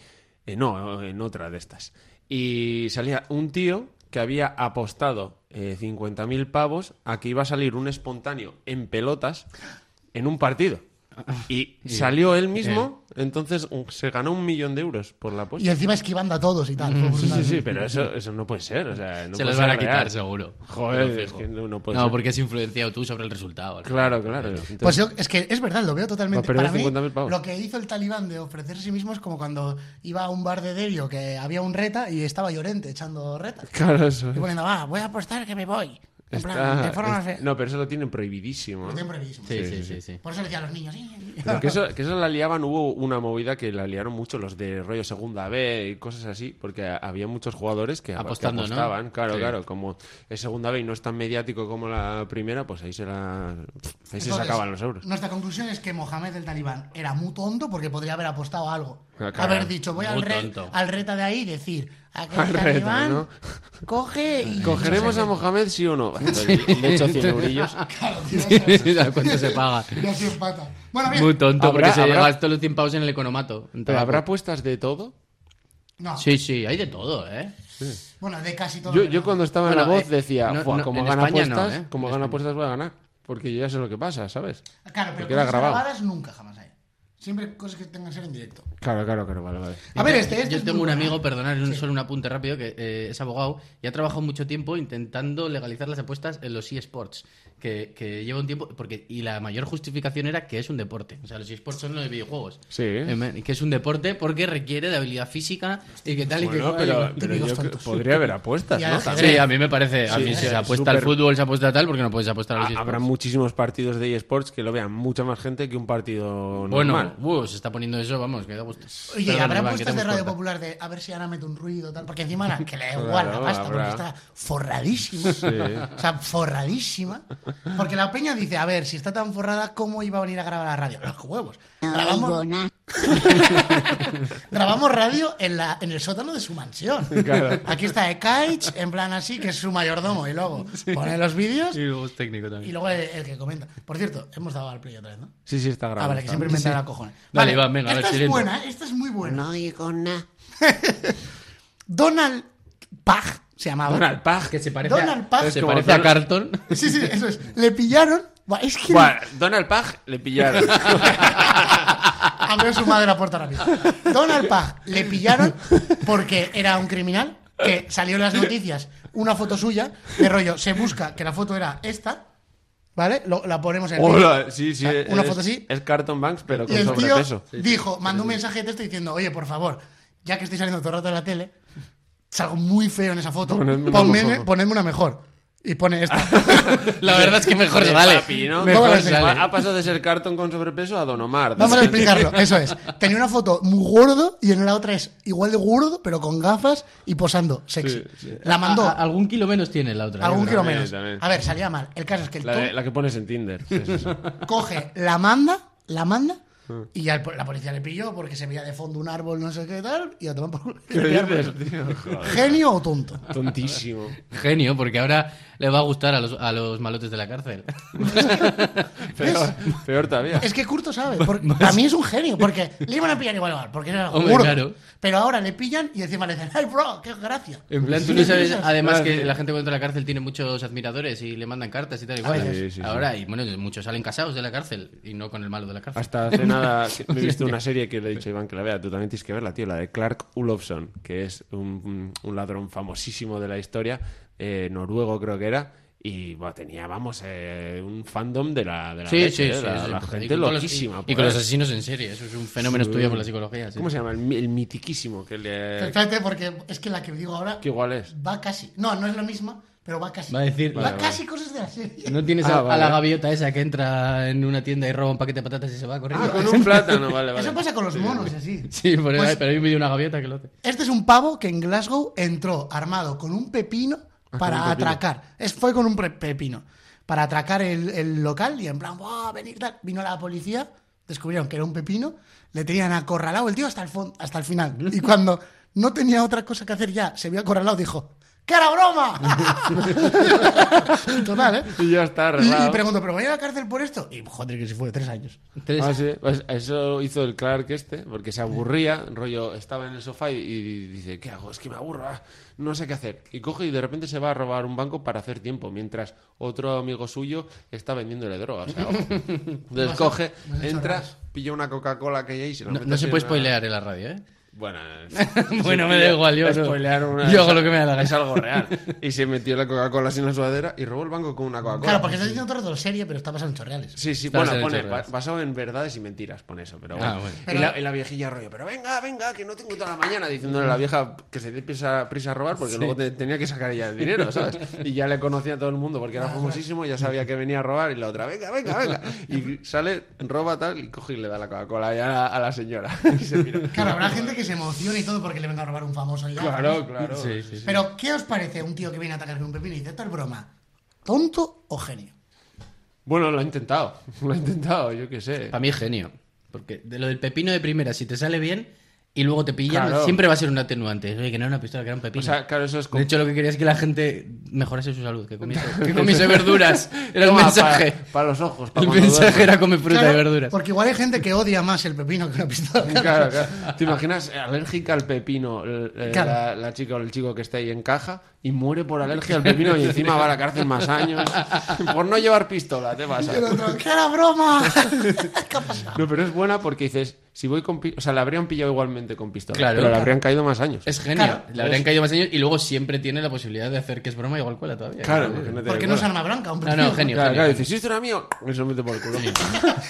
Speaker 5: eh, no, en otra de estas. Y salía un tío que había apostado eh, 50.000 pavos a que iba a salir un espontáneo en pelotas en un partido. Y salió él mismo, entonces un- se ganó un millón de euros por la
Speaker 4: Y
Speaker 6: Pues
Speaker 5: apuesta.
Speaker 4: encima esquivando a todos y tal. Fue
Speaker 5: Sí, sí,
Speaker 4: brutal.
Speaker 5: sí, pero eso, eso no puede ser. O sea, no
Speaker 6: Se
Speaker 5: puede
Speaker 6: los van
Speaker 5: ser
Speaker 6: a quitar,
Speaker 5: real.
Speaker 6: seguro.
Speaker 5: Joder,
Speaker 6: Pero
Speaker 5: es
Speaker 6: fijo.
Speaker 5: que no, no puede
Speaker 6: No,
Speaker 5: ser.
Speaker 6: porque has influenciado tú sobre el resultado. al final.
Speaker 5: Claro, claro. Entonces-
Speaker 4: Pues yo, es que es verdad, lo veo totalmente.
Speaker 5: Va a perder
Speaker 4: Para mí,
Speaker 5: 50.000 pavos.
Speaker 4: lo que hizo el talibán de ofrecer a sí mismo es como cuando iba a un bar de Derio que había un reta y estaba llorente echando retas.
Speaker 5: Claro, eso.
Speaker 4: Y poniendo, va, voy a apostar que me voy. En
Speaker 5: Está-
Speaker 4: plan, de forma
Speaker 5: es-
Speaker 4: fe-
Speaker 5: no, pero eso lo tienen prohibidísimo.
Speaker 4: Lo
Speaker 5: ¿no?
Speaker 4: tienen prohibidísimo.
Speaker 6: Sí, sí, sí. sí.
Speaker 4: Por eso le decía a los niños, "Sí".
Speaker 5: Pero que eso, que eso la liaban, hubo una movida que la liaron mucho los de rollo segunda B y cosas así, porque a- había muchos jugadores que, a- que
Speaker 6: Apostando, ¿no?
Speaker 5: apostaban, claro,
Speaker 6: Sí.
Speaker 5: claro, como es segunda B y no es tan mediático como la primera, pues ahí se la ahí se
Speaker 4: Entonces,
Speaker 5: sacaban los euros.
Speaker 4: Nuestra conclusión es que Mohamed el talibán era muy tonto porque podría haber apostado a algo.
Speaker 5: Ah, claro.
Speaker 4: Haber dicho, voy al,
Speaker 6: Muy
Speaker 4: re-
Speaker 6: tonto.
Speaker 4: al reta de ahí y decir, aquel
Speaker 5: Al reta,
Speaker 4: talibán
Speaker 5: ¿no?
Speaker 4: coge y...
Speaker 5: ¿Cogeremos a Mohamed sí o no? Le echo 100 eurillos.
Speaker 4: Claro, tío, o sea,
Speaker 6: ¿Cuánto se paga?
Speaker 4: de así en pata. Bueno, bien.
Speaker 6: Muy tonto,
Speaker 5: Habrá-
Speaker 6: porque se
Speaker 5: habrá-
Speaker 6: gastó los 100 pavos en el economato.
Speaker 5: Pero
Speaker 6: en tabaco.
Speaker 5: habrá apuestas de todo.
Speaker 4: No,
Speaker 6: Sí, sí, hay de todo, ¿eh?
Speaker 4: bueno, de casi todo.
Speaker 5: Yo,
Speaker 4: lo que
Speaker 5: yo
Speaker 4: no.
Speaker 5: cuando estaba en
Speaker 6: Bueno,
Speaker 5: la voz
Speaker 6: eh,
Speaker 5: decía,
Speaker 6: no,
Speaker 5: "Buah,
Speaker 6: no,
Speaker 5: como
Speaker 6: en
Speaker 5: gana
Speaker 6: España no,
Speaker 5: apuestas,
Speaker 6: ¿eh?
Speaker 5: como
Speaker 6: En
Speaker 5: gana
Speaker 6: España.
Speaker 5: apuestas voy a ganar, porque yo ya sé lo que pasa, ¿sabes?
Speaker 4: Claro, pero
Speaker 5: Porque era
Speaker 4: cosas
Speaker 5: grabado.
Speaker 4: grabadas nunca jamás hay. Siempre cosas que tengan que ser en directo.
Speaker 5: Claro, claro, claro, vale, vale.
Speaker 4: A ver, este, este
Speaker 6: Yo
Speaker 4: es
Speaker 6: tengo
Speaker 4: muy
Speaker 6: un
Speaker 4: bueno.
Speaker 6: amigo, perdonad, un- solo un apunte rápido, que eh, es abogado y ha trabajado mucho tiempo intentando legalizar las apuestas en los eSports. Que, que lleva un tiempo. porque Y la mayor justificación era que es un deporte. O sea, los eSports son los videojuegos.
Speaker 5: Sí.
Speaker 6: Eh, man, Que es un deporte porque requiere de habilidad física y que tal y
Speaker 5: Bueno,
Speaker 6: que.
Speaker 5: pero,
Speaker 4: Típicos
Speaker 5: pero yo creo-
Speaker 4: tontos.
Speaker 5: podría haber apuestas,
Speaker 4: Y
Speaker 5: ¿no?
Speaker 4: al
Speaker 5: También.
Speaker 6: Sí, a mí me parece. A
Speaker 5: Sí,
Speaker 6: mí si
Speaker 5: sí,
Speaker 6: se apuesta al
Speaker 5: súper-
Speaker 6: fútbol, se apuesta a tal, porque no puedes apostar a los
Speaker 5: Ha-
Speaker 6: eSports.
Speaker 5: Habrá muchísimos partidos de eSports que lo vean mucha más gente que un partido
Speaker 6: Bueno,
Speaker 5: normal.
Speaker 6: uh, se está poniendo eso, vamos, que da gusto.
Speaker 4: Oye,
Speaker 6: Perdón,
Speaker 4: habrá
Speaker 6: Iván, que te
Speaker 4: apuestas de
Speaker 6: hemos
Speaker 4: Radio
Speaker 6: cortado.
Speaker 4: Popular de a ver si Ana mete un ruido tal, porque encima Ana, que le da igual la
Speaker 5: Claro,
Speaker 4: pasta,
Speaker 5: habrá.
Speaker 4: porque está forradísima. O sea, forradísima. Porque la peña dice, a ver, si está tan forrada, ¿cómo iba a venir a grabar la radio? Los huevos. Grabamos, grabamos radio en, la, en el sótano de su mansión. Aquí está Ekaich, en plan así, que es su mayordomo, y luego pone los vídeos
Speaker 6: Y luego es técnico también.
Speaker 4: y luego el, el que comenta. Por cierto, hemos dado al play otra vez, ¿no?
Speaker 5: Sí, sí, está grabado.
Speaker 4: Ah, vale, que
Speaker 5: está
Speaker 4: siempre
Speaker 5: grabado.
Speaker 4: me da la cojones.
Speaker 6: Dale, Iván, venga, a ver,
Speaker 4: esta es
Speaker 6: siguiente.
Speaker 4: buena, ¿eh? esta es muy buena.
Speaker 2: No digo nada.
Speaker 4: Donald Pag se llamaba.
Speaker 5: Donald Pag.
Speaker 6: Que se parece
Speaker 4: Donald Pag.
Speaker 6: a,
Speaker 5: Es
Speaker 6: se
Speaker 5: como
Speaker 6: parece a
Speaker 5: Donald-
Speaker 6: Carlton.
Speaker 4: Sí, sí, eso es. Le pillaron. Buah, Es que
Speaker 5: Buah, Donald Pag le pillaron.
Speaker 4: a ver su madre aporta rápido. Donald Pag le pillaron porque era un criminal que salió en las noticias una foto suya de rollo. Se busca que la foto era esta, ¿vale? Lo- la ponemos en el vídeo.
Speaker 5: Hola, sí, sí.
Speaker 4: Ah, una
Speaker 5: es-
Speaker 4: foto así.
Speaker 5: Es Carton Banks, pero
Speaker 4: Y
Speaker 5: con
Speaker 4: el tío
Speaker 5: sobrepeso.
Speaker 4: dijo, mandó un mensaje de texto diciendo, oye, por favor, ya que estoy saliendo todo el rato de la tele, salgo muy feo en esa foto,
Speaker 5: Ponedme
Speaker 4: ponedme,
Speaker 5: una mejor".
Speaker 4: ponedme una mejor. Y pone esta.
Speaker 6: La verdad es que mejor
Speaker 5: De
Speaker 6: sale.
Speaker 5: papi, ¿no?
Speaker 4: Vamos a
Speaker 6: Mejor
Speaker 4: ver.
Speaker 6: sale.
Speaker 5: Ha pasado de ser Carton con sobrepeso a Don Omar.
Speaker 4: Vamos a explicarlo, eso es. Tenía una foto muy gordo y en la otra es igual de gordo, pero con gafas y posando sexy. La mandó
Speaker 6: A- a- algún kilo menos tiene la otra.
Speaker 4: algún
Speaker 6: ¿eh?
Speaker 4: kilo
Speaker 5: también,
Speaker 4: menos.
Speaker 5: también.
Speaker 4: A ver, salía mal. El caso es que el
Speaker 5: La,
Speaker 4: tío
Speaker 5: de- la que pones en Tinder. Es eso.
Speaker 4: coge, la manda, la manda,
Speaker 5: Ah.
Speaker 4: y ya el po- la policía le pilló porque se veía de fondo un árbol, no sé qué tal, y a tomar por culo.
Speaker 5: ¿Qué dices, tío? Joder,
Speaker 4: ¿Genio o tonto?
Speaker 5: Tontísimo.
Speaker 6: Genio, porque ahora le va a gustar a los, a los malotes de la cárcel.
Speaker 5: Peor, peor todavía.
Speaker 4: Es que Curto sabe. Porque para mí es un genio. Porque le iban a pillar igual, igual porque era
Speaker 6: Pues Hombre,
Speaker 4: gordo.
Speaker 6: claro.
Speaker 4: Pero ahora le pillan y encima le dicen, ¡ay, bro! ¡Qué gracia!
Speaker 6: En plan, tú no sabes, además que
Speaker 5: Gracias.
Speaker 6: la gente cuando entra a la cárcel tiene muchos admiradores y le mandan cartas y tal. Igual.
Speaker 5: veces. Sí, sí, sí.
Speaker 6: Ahora, y bueno, muchos salen casados de la cárcel y no con el malo de la cárcel.
Speaker 5: Hasta hace nada que me he visto una serie que le he dicho a Iván que la vea. Tú también tienes que verla, tío. La de Clark Olofsson, que es un, un- un ladrón famosísimo de la historia, eh, noruego creo que era. Y bueno, tenía, vamos, eh, un fandom de la, de la
Speaker 6: Sí,
Speaker 5: leche,
Speaker 6: sí,
Speaker 5: eh,
Speaker 6: sí,
Speaker 5: la,
Speaker 6: sí,
Speaker 5: la
Speaker 6: pues, y
Speaker 5: gente
Speaker 6: con todos los-
Speaker 5: loquísima.
Speaker 6: Y, y con
Speaker 5: pues.
Speaker 6: los asesinos en serie, eso es un fenómeno estudiado por la psicología. sí.
Speaker 5: ¿Cómo se llama? El, mi- el mitiquísimo que le...
Speaker 4: Espérate, porque es que la que digo ahora
Speaker 5: Que igual es.
Speaker 4: va casi. No, no es la misma, pero va casi.
Speaker 6: Va a decir-
Speaker 4: va
Speaker 6: Vale,
Speaker 4: casi cosas de la serie.
Speaker 6: ¿No tienes
Speaker 5: Ah,
Speaker 6: a, a la
Speaker 5: vale.
Speaker 6: gaviota esa que entra en una tienda y roba un paquete de patatas y se va corriendo?
Speaker 5: Ah, con un plátano, vale, vale.
Speaker 4: Eso pasa con los monos, así.
Speaker 6: Sí, por
Speaker 4: Pues-
Speaker 6: pero hay un vídeo de una gaviota que lo hace.
Speaker 4: Este es un pavo que en Glasgow entró armado con Ah, un pepino para atracar. Es, fue con un pre- pepino. Para atracar el, el local y en plan, "Buah, venid, tal". Vino la policía, descubrieron que era un pepino, le tenían acorralado el tío hasta el, fon- hasta el final. Y cuando no tenía otra cosa que hacer ya, se vio acorralado, dijo, ¡que era broma! Total, ¿eh?
Speaker 5: Y ya está,
Speaker 4: Y, y
Speaker 5: arreglado.
Speaker 4: pregunto, ¿pero voy a la cárcel por esto? Y joder, que se fue, tres años.
Speaker 6: Entonces,
Speaker 5: Ah, sí, pues eso hizo el Clark este, porque se aburría, rollo, estaba en el sofá y, y dice, ¿qué hago? Es que me aburro, ah, no sé qué hacer. Y coge y de repente se va a robar un banco para hacer tiempo, mientras otro amigo suyo está vendiéndole droga. O sea, ojo. Entonces coge,
Speaker 4: me has hecho
Speaker 5: entra,
Speaker 4: raras.
Speaker 5: pilla una Coca-Cola que hay ahí y se la
Speaker 6: no,
Speaker 5: mete
Speaker 6: no se
Speaker 5: así
Speaker 6: puede
Speaker 5: en la-
Speaker 6: spoilear en la radio, ¿eh?
Speaker 5: Bueno,
Speaker 6: Bueno, me da igual, yo no.
Speaker 5: spoilear una-
Speaker 6: Yo hago lo que me da la gana.
Speaker 5: Es algo real. Y se metió la Coca-Cola sin la sudadera y robó el banco con una Coca-Cola.
Speaker 4: Claro, porque está diciendo todo el rato serie, pero está basado en hechos reales.
Speaker 5: Sí, sí,
Speaker 6: Claro, se
Speaker 5: bueno,
Speaker 6: le
Speaker 5: pone
Speaker 6: echa
Speaker 5: ba-
Speaker 6: atrás.
Speaker 5: basado en verdades y mentiras, pone eso, pero bueno.
Speaker 6: Ah, bueno.
Speaker 5: Y, la, y la viejilla rollo, pero venga, venga, que no tengo toda la mañana diciéndole a la vieja que se dé prisa, prisa a robar porque luego te- tenía que sacar ella el dinero, ¿sabes? Y ya le conocía a todo el mundo porque era famosísimo, ya sabía que venía a robar y la otra, venga, venga, venga. Y sale, roba tal y coge y le da la Coca-Cola ya a, la- a la señora. Y se mira.
Speaker 4: Claro, habrá gente que se emociona y todo porque le venga a robar un famoso. y ya.
Speaker 5: Claro, claro.
Speaker 6: Sí, sí, sí.
Speaker 4: Pero, ¿qué os parece un tío que viene a atacar con un pepino y dice, esto es broma? ¿Tonto o genio?
Speaker 5: Bueno, lo ha intentado, lo ha intentado, yo qué sé.
Speaker 6: Para mí es genio. Porque de lo del pepino de primera, si te sale bien y luego te pillan,
Speaker 5: Claro.
Speaker 6: siempre va a ser un atenuante. Oye, que no era una pistola, que era un pepino.
Speaker 5: O sea, claro, eso es
Speaker 6: de
Speaker 5: como...
Speaker 6: hecho, lo que quería es que la gente mejorase su salud, que comiese, que comiese verduras. Era el mensaje.
Speaker 5: Para, los ojos, para
Speaker 6: El mensaje era come fruta
Speaker 4: Claro,
Speaker 6: y verduras.
Speaker 4: Porque igual hay gente que odia más el pepino que una pistola.
Speaker 5: Claro, claro. ¿Te imaginas eh, alérgica al pepino el- eh,
Speaker 4: Claro.
Speaker 5: la, la chica o el chico que está ahí en caja y muere por alergia al pepino y encima va a la cárcel más años? Por no llevar pistola, te vas
Speaker 4: Y el otro, ¡que era broma! ¿Qué ha pasado?
Speaker 5: No, pero es buena porque dices, si voy con... pi- O sea, la habrían pillado igualmente con pistola,
Speaker 6: Claro.
Speaker 5: pero le habrían caído más años.
Speaker 6: Es genio.
Speaker 4: Claro.
Speaker 6: Le habrían caído más años y luego siempre tiene la posibilidad de hacer que es broma igual cuela todavía.
Speaker 5: Claro,
Speaker 6: Sí, sí.
Speaker 5: imagínate,
Speaker 4: Porque no
Speaker 5: bueno.
Speaker 4: es arma blanca, un
Speaker 6: No,
Speaker 4: pepino.
Speaker 6: no, genio.
Speaker 5: Claro,
Speaker 6: genio.
Speaker 5: claro, dices, si esto era mío, eso mete por el culo.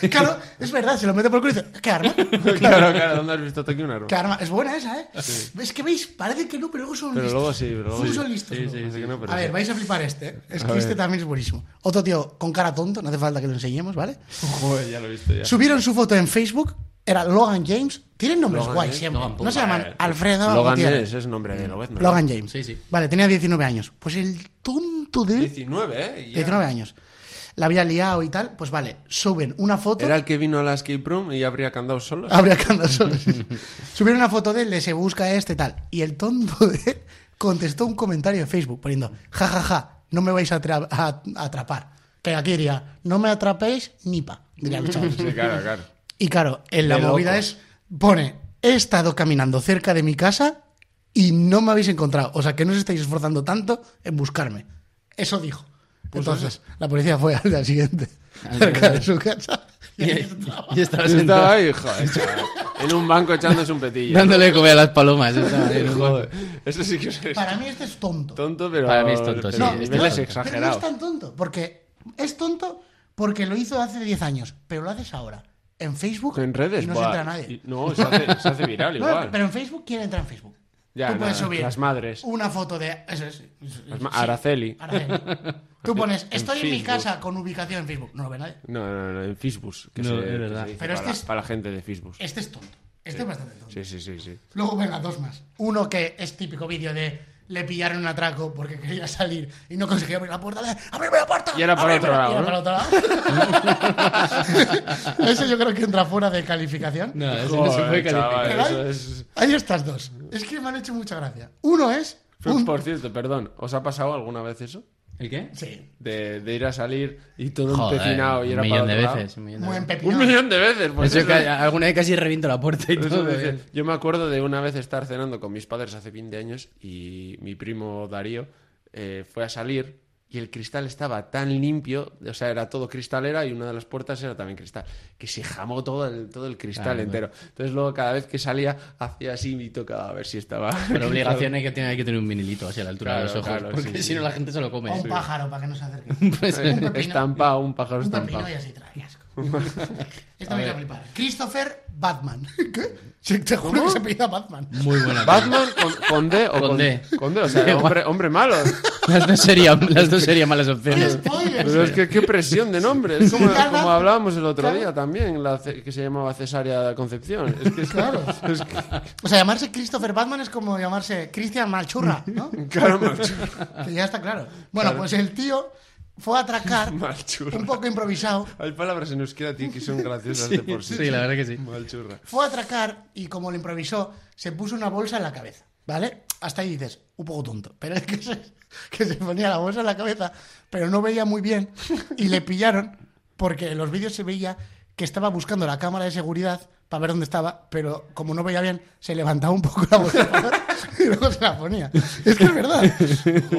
Speaker 4: Claro, es verdad, se lo mete por el culo y dice, ¿qué arma?
Speaker 5: claro, claro, ¿dónde has visto tú aquí un árbol?
Speaker 4: ¿Qué arma? Es buena esa, ¿eh? Es que veis, parece que no, pero luego son
Speaker 5: Pero
Speaker 4: listos.
Speaker 5: luego sí, pero luego
Speaker 4: Luego
Speaker 5: sí.
Speaker 4: son listos.
Speaker 5: Sí,
Speaker 4: luego.
Speaker 5: sí, sí, que no, pero
Speaker 4: a
Speaker 5: sí.
Speaker 4: ver, vais a flipar este, ¿eh? Es que este también es buenísimo. Otro tío con cara tonto, no hace falta que lo enseñemos, ¿vale?
Speaker 5: Joder, ya lo he visto ya.
Speaker 4: Subieron su foto en Facebook, era Logan James. Tienen nombres
Speaker 5: Logan
Speaker 4: guays
Speaker 5: James,
Speaker 4: siempre.
Speaker 6: Logan
Speaker 4: no se
Speaker 6: Puma,
Speaker 4: llaman Alfredo
Speaker 5: Logan ¿eh?
Speaker 4: Gutiérrez.
Speaker 5: es, es nombre de Lobezno.
Speaker 4: Logan James.
Speaker 6: Sí, sí.
Speaker 4: Vale, tenía 19 años. Pues el tonto de él,
Speaker 5: 19, ¿eh? Y ya.
Speaker 4: 19 años. La había liado y tal, pues vale, suben una foto.
Speaker 5: Era el que vino a la escape room y habría cantado solo.
Speaker 4: Habría cantado solo. Subieron una foto de él, de se busca este tal. Y el tonto de él contestó un comentario en Facebook poniendo, ja, ja, ja, no me vais a, atra- a- a atrapar. Que aquí diría, no me atrapéis ni pa. Diría el chaval.
Speaker 5: Sí, claro, claro.
Speaker 4: Y claro, en la
Speaker 5: De
Speaker 4: movida
Speaker 5: loco.
Speaker 4: es, pone, he estado caminando cerca de mi casa y no me habéis encontrado. O sea, que no os estáis esforzando tanto en buscarme. Eso dijo. Entonces, la policía fue al día siguiente, cerca de su casa. Y ahí estaba.
Speaker 6: Y estaba
Speaker 5: Yo
Speaker 6: sentado
Speaker 5: Estaba ahí, joder, chaval, en un banco echándose un petillo.
Speaker 6: dándole comer a las palomas. estaba ahí, joder.
Speaker 5: Eso sí que es
Speaker 4: Para mí este es tonto.
Speaker 5: tonto, pero.
Speaker 6: Para mí es tonto, sí,
Speaker 5: pero niveles
Speaker 6: es tonto.
Speaker 4: Pero no es
Speaker 5: exagerados.
Speaker 4: tan tonto, porque es tonto porque lo hizo hace 10 años, pero lo haces ahora. En Facebook
Speaker 5: En redes,
Speaker 4: y no
Speaker 5: buah,
Speaker 4: se entra nadie.
Speaker 5: y- No, se hace, se hace viral
Speaker 4: No,
Speaker 5: igual.
Speaker 4: pero en Facebook, ¿quién entra en Facebook?
Speaker 5: Ya,
Speaker 4: Tú puedes
Speaker 5: nada,
Speaker 4: subir
Speaker 5: las madres.
Speaker 4: una foto de... Eso es.
Speaker 5: Las ma- Araceli.
Speaker 4: Araceli. Tú pones, estoy en, mi
Speaker 5: Facebook.
Speaker 4: casa con ubicación en Facebook. No lo ve nadie.
Speaker 5: No, no, no, en Facebook. Que
Speaker 6: No,
Speaker 5: se-
Speaker 6: es
Speaker 5: que se
Speaker 6: verdad.
Speaker 5: dice
Speaker 4: Pero
Speaker 5: para,
Speaker 4: este es-
Speaker 5: para la gente de Facebook.
Speaker 4: Este es tonto. Este es bastante tonto.
Speaker 5: Sí, sí, sí. sí.
Speaker 4: Luego venga, dos más. Uno que es típico vídeo de le pillaron un atraco porque quería salir y no conseguía abrir la puerta. de, ¡Abrime la puerta!
Speaker 5: Y era para
Speaker 4: ¡Abrime!
Speaker 5: otro lado,
Speaker 4: Y era
Speaker 5: ¿no?
Speaker 4: para otro lado. Eso yo creo que entra fuera de calificación.
Speaker 6: No, eso no se
Speaker 5: Joder,
Speaker 6: puede
Speaker 5: chaval,
Speaker 6: calificar.
Speaker 5: eso es.
Speaker 4: Hay estas dos. Es que me han hecho mucha gracia. Uno es... un-
Speaker 5: Por cierto, perdón, ¿os ha pasado alguna vez eso?
Speaker 6: ¿El qué?
Speaker 4: Sí,
Speaker 5: De, de ir a salir y todo
Speaker 6: Joder,
Speaker 5: empecinado y
Speaker 6: un
Speaker 5: era
Speaker 6: millón
Speaker 5: para
Speaker 6: de
Speaker 5: otro lado.
Speaker 6: veces. Un millón de
Speaker 4: muy
Speaker 6: veces.
Speaker 5: Un
Speaker 4: empepinado.
Speaker 5: millón de veces. Pues
Speaker 6: Eso
Speaker 5: eso
Speaker 6: que alguna vez casi reviento la puerta y
Speaker 5: Eso
Speaker 6: todo.
Speaker 5: me dice-
Speaker 6: ¿eh?
Speaker 5: Yo me acuerdo de una vez estar cenando con mis padres hace 20 años y mi primo Darío eh, fue a salir y y el cristal estaba tan limpio, o sea, era todo cristalera y una de las puertas era también cristal, que se jamó todo el, todo el
Speaker 6: Ah,
Speaker 5: cristal entero. Entonces luego cada vez que salía hacía así y tocaba a ver si estaba...
Speaker 6: Por obligación hay que, tener, hay que tener un vinilito así a la altura de
Speaker 5: Claro,
Speaker 6: los ojos,
Speaker 5: claro,
Speaker 6: porque
Speaker 5: sí,
Speaker 6: si no
Speaker 5: sí.
Speaker 6: la gente se lo come.
Speaker 4: O un
Speaker 6: Sí.
Speaker 4: pájaro para que no se acerque.
Speaker 6: Pues,
Speaker 5: Eh,
Speaker 4: pepino.
Speaker 5: estampado, un pájaro
Speaker 4: un pepino
Speaker 5: estampado.
Speaker 4: y así trae qué asco. Esto me iba a flipar. Christopher Batman. ¿Qué? Sí, te juro que se apellida Batman.
Speaker 6: Muy buena.
Speaker 5: ¿Batman con, con D o
Speaker 6: Con
Speaker 5: con,
Speaker 6: D.
Speaker 5: con D, o sea,
Speaker 6: Da igual.
Speaker 5: hombre, hombre malo.
Speaker 6: Las dos serían, las dos serían malas
Speaker 4: ¡Qué
Speaker 6: opciones.
Speaker 5: Pero
Speaker 4: spoilers!
Speaker 5: es que qué presión de nombre. Es como,
Speaker 4: Claro.
Speaker 5: como hablábamos el otro
Speaker 4: Claro.
Speaker 5: día también, la ce- que se llamaba Cesárea Concepción. Es que es-
Speaker 4: Claro.
Speaker 5: es que-
Speaker 4: O sea, llamarse Christopher Batman es como llamarse Christian Malchurra, ¿no?
Speaker 5: claro, mal chulo.
Speaker 4: Que ya está claro. Bueno, pues el tío fue a atracar
Speaker 5: Mal churra.
Speaker 4: un poco improvisado.
Speaker 5: Hay palabras en euskera, tío, que son graciosas de por pues sí.
Speaker 6: sí, la verdad que sí.
Speaker 5: Mal churra.
Speaker 4: Fue a atracar y como lo improvisó, se puso una bolsa en la cabeza, ¿vale? Hasta ahí dices, un poco tonto, pero es que se, que se ponía la bolsa en la cabeza, pero no veía muy bien y le pillaron porque en los vídeos se veía que estaba buscando la cámara de seguridad para ver dónde estaba, pero como no veía bien, se levantaba un poco la bolsa y luego se la ponía. Es que es verdad.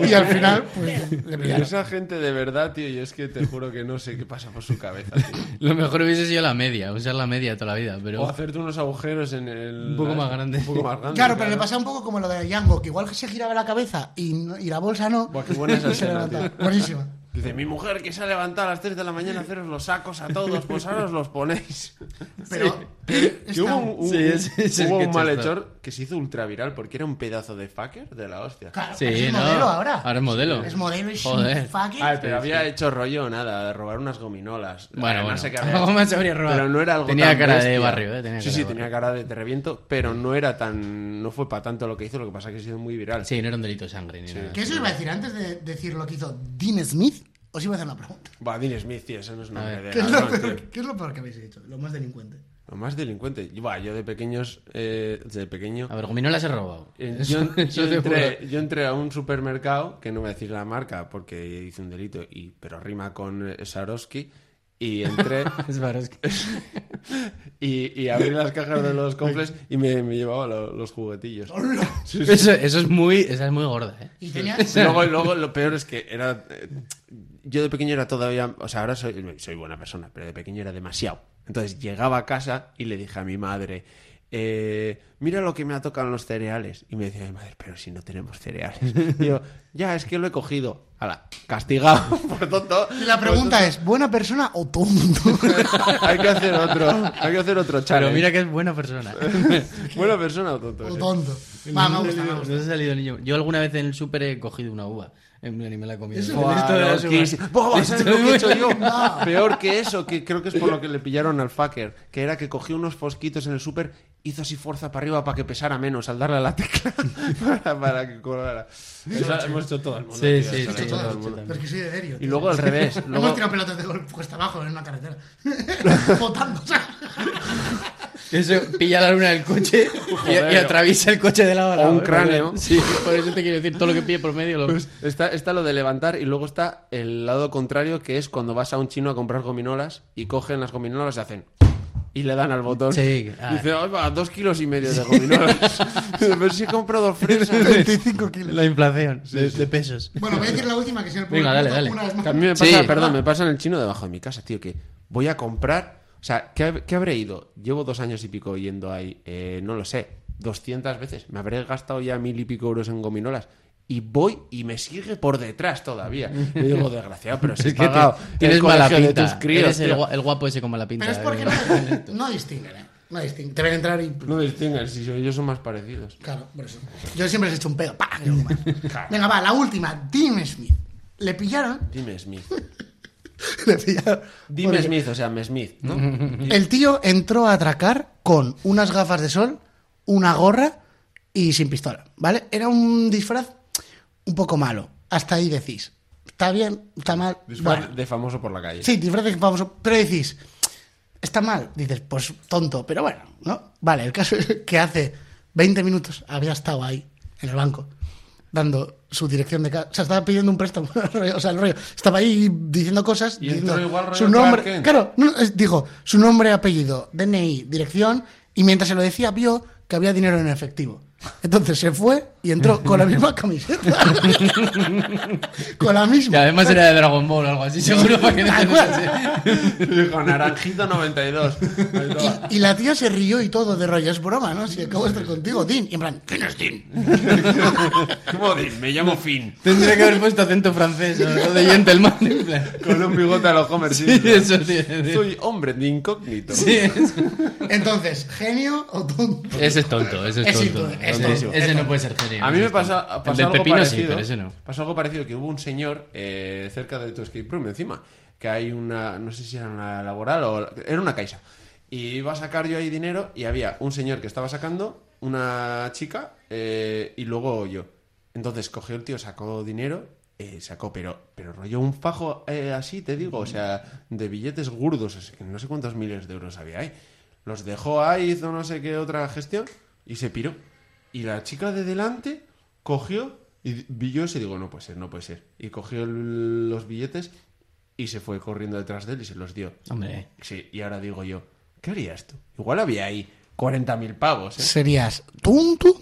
Speaker 4: Y al final, pues le
Speaker 5: Pero
Speaker 4: pillaron.
Speaker 5: esa gente de verdad, tío, y es que te juro que no sé qué pasa por su cabeza. tío.
Speaker 6: Lo mejor hubiese sido la media, usar la media toda la vida, pero...
Speaker 5: O hacerte unos agujeros en el.
Speaker 6: Un poco más grande.
Speaker 5: Un poco más grande.
Speaker 4: Claro, pero le pasa un poco como lo de Django, que igual se giraba la cabeza y, no- y la bolsa no.
Speaker 5: Buah, qué buena esa
Speaker 4: y se
Speaker 5: escena,
Speaker 4: levantaba.
Speaker 5: tío.
Speaker 4: Buenísima.
Speaker 5: Dice, mi mujer que se ha levantado a las 3 de la mañana a haceros los sacos a todos, pues ahora os los ponéis.
Speaker 4: Pero, pero
Speaker 5: Que
Speaker 4: está-
Speaker 5: hubo un, un-
Speaker 6: Sí, ese es el
Speaker 5: hubo
Speaker 6: que
Speaker 5: un
Speaker 6: he
Speaker 5: malhechor que se hizo ultraviral porque era un pedazo de fucker de la hostia.
Speaker 4: Claro,
Speaker 6: Sí,
Speaker 4: es
Speaker 6: no.
Speaker 4: modelo ahora.
Speaker 6: Ahora es modelo.
Speaker 4: Es modelo, es
Speaker 6: Joder.
Speaker 4: un fucking...
Speaker 5: Ay, pero había hecho rollo nada, de robar unas gominolas.
Speaker 6: Bueno,
Speaker 5: Además,
Speaker 6: bueno.
Speaker 5: se cabrea.
Speaker 6: Algo más habría robado.
Speaker 5: Pero no era algo
Speaker 6: Tenía
Speaker 5: tan
Speaker 6: cara de
Speaker 5: bestia.
Speaker 6: barrio, ¿eh? Tenía
Speaker 5: sí,
Speaker 6: cara
Speaker 5: sí,
Speaker 6: de
Speaker 5: tenía
Speaker 6: barrio.
Speaker 5: cara de te reviento, pero no era tan. No fue para tanto lo que hizo, lo que pasa es que ha sido muy viral.
Speaker 6: Sí, no era un delito de sangre ni nada.
Speaker 4: ¿Qué os iba a decir antes de decir lo que hizo Dean Smith? Os iba a hacer una pregunta.
Speaker 5: Va, Dean Smith, tío, ese Eh, no es nombre
Speaker 6: ver.
Speaker 5: de
Speaker 4: ¿Qué es, lo
Speaker 5: ladrón,
Speaker 4: peor,
Speaker 5: tío.
Speaker 4: qué es lo peor que habéis hecho? Lo más delincuente.
Speaker 5: Lo más delincuente. Yo, va, yo de pequeños. eh, de pequeño.
Speaker 6: A ver, Gominolas he robado.
Speaker 5: Eh,
Speaker 6: Eso-
Speaker 5: Yo,
Speaker 6: eso
Speaker 5: yo
Speaker 6: te
Speaker 5: entré,
Speaker 6: juro.
Speaker 5: yo entré a un supermercado, que no voy a decir la marca porque hice un delito, y, pero rima con eh, Swarovski, y entré
Speaker 6: Es Swarovski.
Speaker 5: y, y abrí las cajas de los complex y me, me llevaba lo- los juguetillos. Sí, sí.
Speaker 6: Eso, eso es muy, esa es muy gorda, ¿eh?
Speaker 4: Y tenía...
Speaker 5: Luego, luego lo peor es que era... eh, Yo de pequeño era todavía... O sea, ahora soy, soy buena persona, pero de pequeño era demasiado. Entonces llegaba a casa y le dije a mi madre... eh, mira lo que me ha tocado en los cereales. Y me decía mi madre, pero si no tenemos cereales. Y yo, ya, es que lo he cogido. Ala, castigado por tonto.
Speaker 4: Y la pregunta es, ¿buena persona o tonto?
Speaker 5: Hay que hacer otro, hay que hacer otro
Speaker 6: Pero
Speaker 5: challenge.
Speaker 6: mira que es buena persona.
Speaker 5: Buena persona o tonto.
Speaker 4: o
Speaker 5: eres?
Speaker 4: tonto. Va, me gusta, me
Speaker 6: Nos
Speaker 4: gusta.
Speaker 6: ha salido niño. Yo alguna vez en el súper he cogido una uva. En plan, y me la he comido.
Speaker 5: Buah,
Speaker 6: Esto era
Speaker 5: loquísimo.
Speaker 6: súper-
Speaker 5: Buah, ¿sabes lo que he hecho yo? Eh.
Speaker 4: No.
Speaker 5: Peor que eso, que creo que es por lo que le pillaron al fucker, que era que cogió unos fosquitos en el súper, hizo así fuerza para arriba para que pesara menos al darle a la tecla para, para que colara. Eso hemos hecho todo el mundo.
Speaker 6: Sí,
Speaker 5: tío, eso
Speaker 6: sí,
Speaker 5: lo
Speaker 6: sí,
Speaker 5: ha hecho
Speaker 6: todo
Speaker 5: todo
Speaker 6: el
Speaker 5: el mundo.
Speaker 4: Pero es que soy de serio.
Speaker 5: Y luego al revés.
Speaker 4: Hemos
Speaker 5: Luego,
Speaker 4: tirado pelotas de golf cuesta abajo en una carretera. Botando. o sea.
Speaker 6: Eso, pilla la luna del coche y,
Speaker 5: Joder.
Speaker 6: y atraviesa el coche de la bala.
Speaker 5: O un cráneo.
Speaker 6: ¿eh? Sí, por eso te quiero decir, todo lo que pille por medio lo...
Speaker 5: pues, está, está lo de levantar y luego está el lado contrario, que es cuando vas a un chino a comprar gominolas y cogen las gominolas y hacen. Y le dan al botón.
Speaker 6: Sí, ah.
Speaker 5: Dice, "Ay, va, dos kilos y medio de gominolas. Pero si he comprado fresas.
Speaker 4: 25 kilos.
Speaker 6: La inflación de, de pesos.
Speaker 4: Bueno, voy a decir la última que es el
Speaker 6: Venga, dale, dale.
Speaker 4: Una vez más.
Speaker 5: Que a mí me pasa,
Speaker 6: Sí. Ah.
Speaker 5: perdón, me pasa en el chino debajo de mi casa, tío, que voy a comprar. O sea, ¿qué, hab- qué habré ido? Llevo dos años y pico yendo ahí, eh, no lo sé, 200 veces. Me habré gastado ya mil y pico euros en gominolas. Y voy y me sigue por detrás todavía. Y digo, desgraciado, pero si he
Speaker 6: Es que
Speaker 5: pagado.
Speaker 6: te-
Speaker 5: el
Speaker 6: tienes mala
Speaker 5: colegio de
Speaker 6: pinta.
Speaker 5: tus críos,
Speaker 6: Eres el,
Speaker 5: tío.
Speaker 6: gua- el guapo ese con mala pinta.
Speaker 4: Pero es porque
Speaker 6: eh.
Speaker 4: no, no distinguen, ¿eh? No distinguen. Te ven entrar y...
Speaker 5: No distingan, si ellos son más parecidos.
Speaker 4: Claro, por eso. Yo siempre les echo un pedo. ¡pa! Y luego más. Venga, va, la última. Dean Smith. Le pillaron.
Speaker 5: Dime Smith.
Speaker 4: Le pillaron.
Speaker 5: Dime
Speaker 4: Porque
Speaker 5: Smith, o sea, me Smith, ¿no?
Speaker 4: El tío entró a atracar con unas gafas de sol, una gorra y sin pistola. ¿Vale? Era un disfraz un poco malo. Hasta ahí decís. Está bien, está mal.
Speaker 5: Disfraz
Speaker 4: Bueno.
Speaker 5: de famoso por la calle.
Speaker 4: Sí, disfraces famosos. Pero decís, está mal. Dices, pues tonto, pero bueno, ¿no? Vale, el caso es que hace 20 minutos había estado ahí, en el banco, dando su dirección de casa. O sea, estaba pidiendo un préstamo. o sea, el rollo. Estaba ahí diciendo cosas.
Speaker 5: Y entró
Speaker 4: diciendo
Speaker 5: igual rollo
Speaker 4: su nombre.
Speaker 5: Clark Kent.
Speaker 4: Claro, no, es- dijo su nombre, apellido, DNI, dirección. Y mientras se lo decía, vio que había dinero en efectivo. Entonces se fue y entró con la misma camiseta. con la
Speaker 6: Que
Speaker 4: misma.
Speaker 6: además era de Dragon Ball o algo así, seguro. para que no
Speaker 4: Tal
Speaker 6: te
Speaker 4: cual.
Speaker 5: Dijo Naranjito 92. Ahí toma.
Speaker 4: Y, y la tía se rió y todo, de rollo, es broma, ¿no? Si acabo de estar contigo, Dean. Y en plan, ¿quién es Dean?
Speaker 5: ¿Cómo dices? Me llamo Finn.
Speaker 6: Tendría que haber puesto acento francés o o de gentleman. en plan.
Speaker 5: Con un bigote a los Homer
Speaker 6: Sí,
Speaker 5: Simpson.
Speaker 6: eso sí. sí.
Speaker 5: Soy hombre de incógnito.
Speaker 6: Sí, es-
Speaker 4: Entonces, ¿genio o tonto?
Speaker 6: ese es tonto, ese es
Speaker 4: Es
Speaker 6: tonto.
Speaker 4: tonto, es
Speaker 6: Ese-
Speaker 4: tonto, es
Speaker 6: Ese no
Speaker 4: tonto.
Speaker 6: puede ser genio.
Speaker 5: A mí
Speaker 6: ese
Speaker 5: me
Speaker 6: es
Speaker 5: pasa,
Speaker 6: tonto.
Speaker 5: pasó
Speaker 6: El del
Speaker 5: algo
Speaker 6: pepino
Speaker 5: parecido,
Speaker 6: sí, pero ese no.
Speaker 5: Pasó algo parecido que hubo un señor eh, cerca de tu escape room encima, que hay una, no sé si era una laboral o era una caixa. Y iba a sacar yo ahí dinero y había un señor que estaba sacando, una chica eh, y luego yo. Entonces cogió el tío, sacó dinero, eh, sacó, pero, pero rollo un fajo eh, así, te digo, o sea, de billetes gordos, o sea, que no sé cuántos miles de euros había ahí. Los dejó ahí, hizo no sé qué otra gestión y se piró. Y la chica de delante cogió y vi yo eso y digo, no puede ser, no puede ser. Y cogió el- los billetes y se fue corriendo detrás de él y se los dio.
Speaker 6: Hombre.
Speaker 5: Sí, y ahora digo yo, ¿qué harías tú? Igual había ahí 40.000 pavos, ¿eh?
Speaker 4: ¿Serías tonto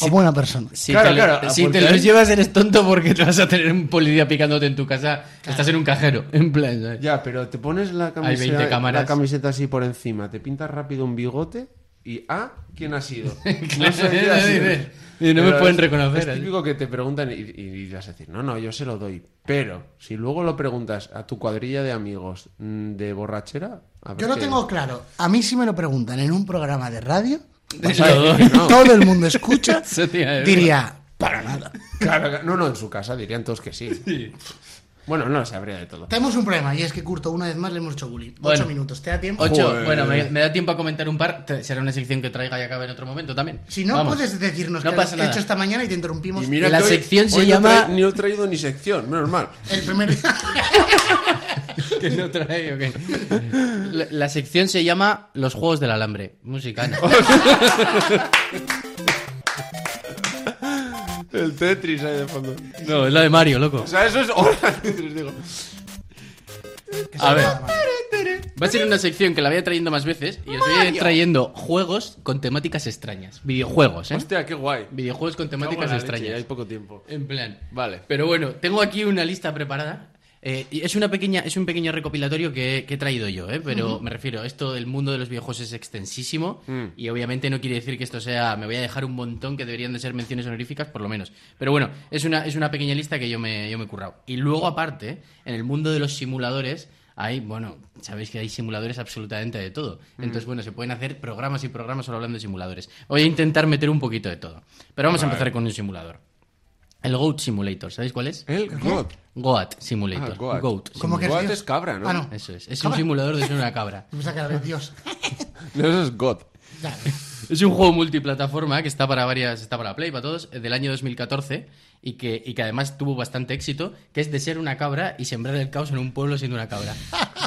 Speaker 4: o buena persona?
Speaker 6: Si
Speaker 5: Claro,
Speaker 6: te, lo-
Speaker 5: claro,
Speaker 6: si te
Speaker 5: apuntar.
Speaker 6: los llevas eres tonto porque te vas a tener un policía picándote en tu casa. Estás en un cajero, en plan. ¿sabes?
Speaker 5: Ya, pero te pones la
Speaker 6: 20
Speaker 5: camiseta,
Speaker 6: cámaras.
Speaker 5: la camiseta así por encima, te pintas rápido un bigote y ¿ah? ¿Quién ha sido? No sé quién ha sido.
Speaker 6: Dice, "Y no me
Speaker 5: Pero
Speaker 6: pueden
Speaker 5: es-
Speaker 6: reconocer".
Speaker 5: Es típico que te preguntan y, y- y vas a decir, no, no, yo se lo doy. Pero si luego lo preguntas a tu cuadrilla de amigos mm, de borrachera, a ver
Speaker 4: Yo lo
Speaker 5: qué-
Speaker 4: tengo claro. A mí sí me lo preguntan en un programa de radio.
Speaker 5: vas a decir que no.
Speaker 4: Todo el mundo escucha.
Speaker 6: Eso, tío, es
Speaker 4: diría, para nada.
Speaker 5: Claro, no, no, en su casa dirían todos que sí. Bueno, no se habría de todo.
Speaker 4: Tenemos un problema y es que Curto, una vez más, le hemos hecho bullying.
Speaker 6: Bueno.
Speaker 4: Ocho minutos, ¿te da tiempo?
Speaker 6: Ocho.
Speaker 5: Joder.
Speaker 6: Bueno, me, me da tiempo a comentar un par. Te- Será una sección que traiga y acabe en otro momento también.
Speaker 4: Si no
Speaker 6: Vamos.
Speaker 4: puedes decirnos
Speaker 6: No
Speaker 4: que
Speaker 6: pasa
Speaker 4: has
Speaker 6: nada.
Speaker 4: hecho esta mañana y te interrumpimos.
Speaker 5: Y mira
Speaker 6: La
Speaker 5: que hoy-
Speaker 6: sección se
Speaker 5: hoy no
Speaker 6: llama-
Speaker 5: tra- ni he traído ni sección, menos mal.
Speaker 4: El primer día.
Speaker 6: Que no trae, ¿o qué? La, la sección se llama Los Juegos del Alambre. Musicana.
Speaker 5: El Tetris ahí de fondo.
Speaker 6: No, es la de Mario, loco.
Speaker 5: O sea, eso es. Hola, Tetris, digo.
Speaker 6: A ver. Va a ser una sección que la voy a ir trayendo más veces y os voy a ir trayendo juegos con temáticas extrañas. Videojuegos, ¿eh?
Speaker 5: Hostia, qué guay.
Speaker 6: Videojuegos con
Speaker 5: Cago en
Speaker 6: temáticas
Speaker 5: la
Speaker 6: extrañas.
Speaker 5: leche, Hay poco tiempo.
Speaker 6: En plan.
Speaker 5: Vale.
Speaker 6: Pero bueno, tengo aquí una lista preparada. Eh, y es una pequeña, es un pequeño recopilatorio que, que he traído yo, ¿eh? pero me refiero, esto del mundo de los videojuegos es extensísimo y obviamente no quiere decir que esto sea, me voy a dejar un montón que deberían de ser menciones honoríficas por lo menos. Pero bueno, es una, es una pequeña lista que yo me, yo me he currado. Y luego aparte, en el mundo de los simuladores hay, bueno, sabéis que hay simuladores absolutamente de todo. Entonces, bueno, se pueden hacer programas y programas solo hablando de simuladores. Voy a intentar meter un poquito de todo. Pero vamos a empezar con un simulador. El Goat Simulator, ¿sabéis cuál es?
Speaker 5: El God.
Speaker 6: Goat Simulator.
Speaker 5: Ah, Goat.
Speaker 4: ¿Cómo que
Speaker 5: God
Speaker 4: Dios?
Speaker 5: es cabra, ¿no?
Speaker 4: Ah, no.
Speaker 6: Eso es. Es un
Speaker 4: Cabra.
Speaker 6: simulador de ser una cabra.
Speaker 4: Me saca la vez, Dios.
Speaker 5: No, eso es God.
Speaker 4: Dale.
Speaker 6: Es un juego multiplataforma que está para varias, está para Play, para todos, eh, del año 2014 y que, y que además tuvo bastante éxito, que es de ser una cabra y sembrar el caos en un pueblo siendo una cabra.